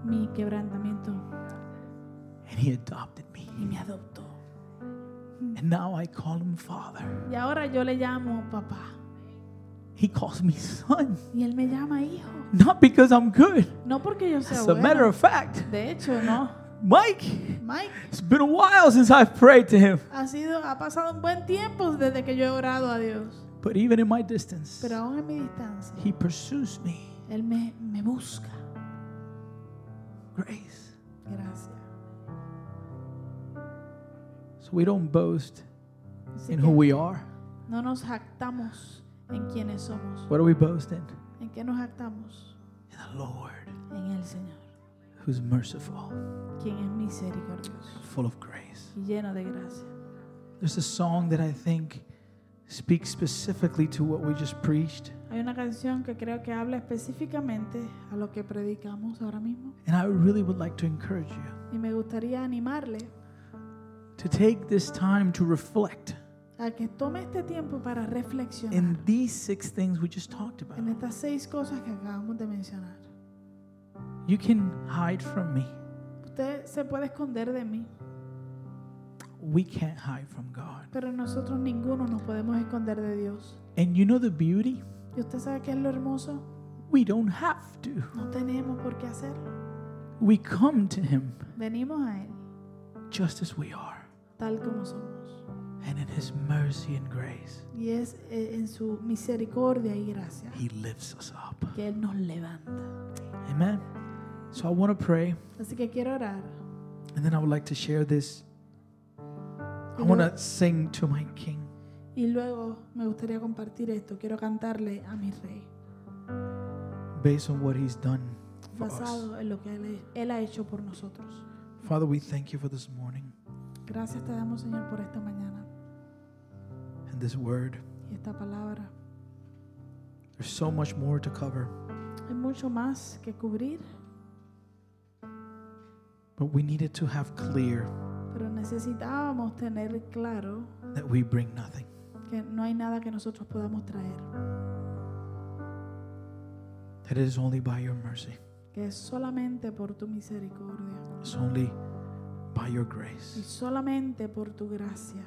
mi quebrantamiento
and he adopted me.
y me adoptó.
And now I call him father.
Y ahora yo le llamo papá
He calls me son,
y él me llama hijo.
not because I'm good.
No porque yo sea
As a matter
bueno.
of fact,
De hecho, no.
Mike,
Mike,
it's been a while since I've prayed to him.
Ha sido, ha pasado un buen tiempo desde que yo he orado a Dios.
But even in my distance,
Pero aún en mi distancia,
he pursues me.
Él me, me busca.
Grace.
Gracias.
So we don't boast
Así
in
que
who we are.
no nos jactamos en quienes somos.
What are we boasting?
¿En qué nos jactamos?
In the Lord,
En el Señor,
who's merciful,
quien es misericordioso
full of grace.
y lleno de gracia.
There's a song that I think speaks specifically to what we just preached.
Hay una canción que creo que habla específicamente a lo que predicamos ahora mismo.
And I really would like to encourage you
Y me gustaría animarle
to take this time to reflect
a que tome este tiempo para reflexionar
in these six things we just talked about.
en estas seis cosas que acabamos de mencionar.
You can hide from me.
Usted se puede esconder de mí.
We can't hide from God.
Pero nosotros ninguno nos podemos esconder de Dios.
And you know the beauty?
¿Y usted sabe qué es lo hermoso?
We don't have to.
No tenemos por qué hacerlo.
We come to Him
Venimos a Él
just as we are.
tal como somos.
And in His mercy and grace,
Y es eh, en su misericordia y gracia
He lifts us up.
que Él nos levanta.
Amen. So I want to pray,
Así que quiero orar.
and then I would like to share this. I
Y
want
luego,
to sing to my King.
y luego me gustaría compartir esto. Quiero cantarle a mi rey,
based on what he's done for us.
basado en lo que Él, Él ha hecho por nosotros.
Father, we thank you for this morning
Gracias te damos, Señor, por esta mañana
and this word.
y esta palabra.
There's so much more to cover,
Hay mucho más que cubrir,
but we needed to have clear
pero necesitábamos tener claro
that we bring nothing.
que no hay nada que nosotros podamos traer,
That it is only by your mercy,
que es solamente por tu misericordia
it's only by your
y
grace
solamente por tu gracia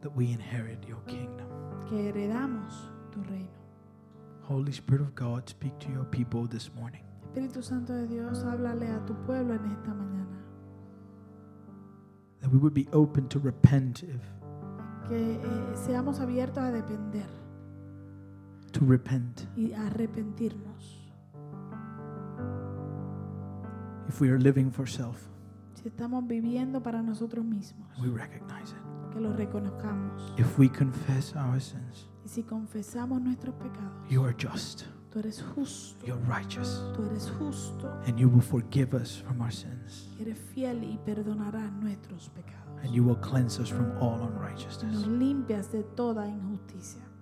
that we inherit your kingdom.
que heredamos tu reino.
Holy Spirit of God, speak to your people this morning.
Espíritu Santo de Dios, háblale a tu pueblo en esta mañana,
That we would be open to repent if
que eh, seamos abiertos a depender
to repent.
y a arrepentirnos,
if we are living for self,
Si estamos viviendo para nosotros mismos,
we recognize it.
que lo reconozcamos.
If we confess our sins,
Y si confesamos nuestros pecados,
you are just,
tú eres justo,
you're righteous,
tú eres justo,
and you will forgive us from our sins,
y eres fiel y perdonarás nuestros pecados.
and you will cleanse us from all
Nos
unrighteousness.
limpias de toda injusticia.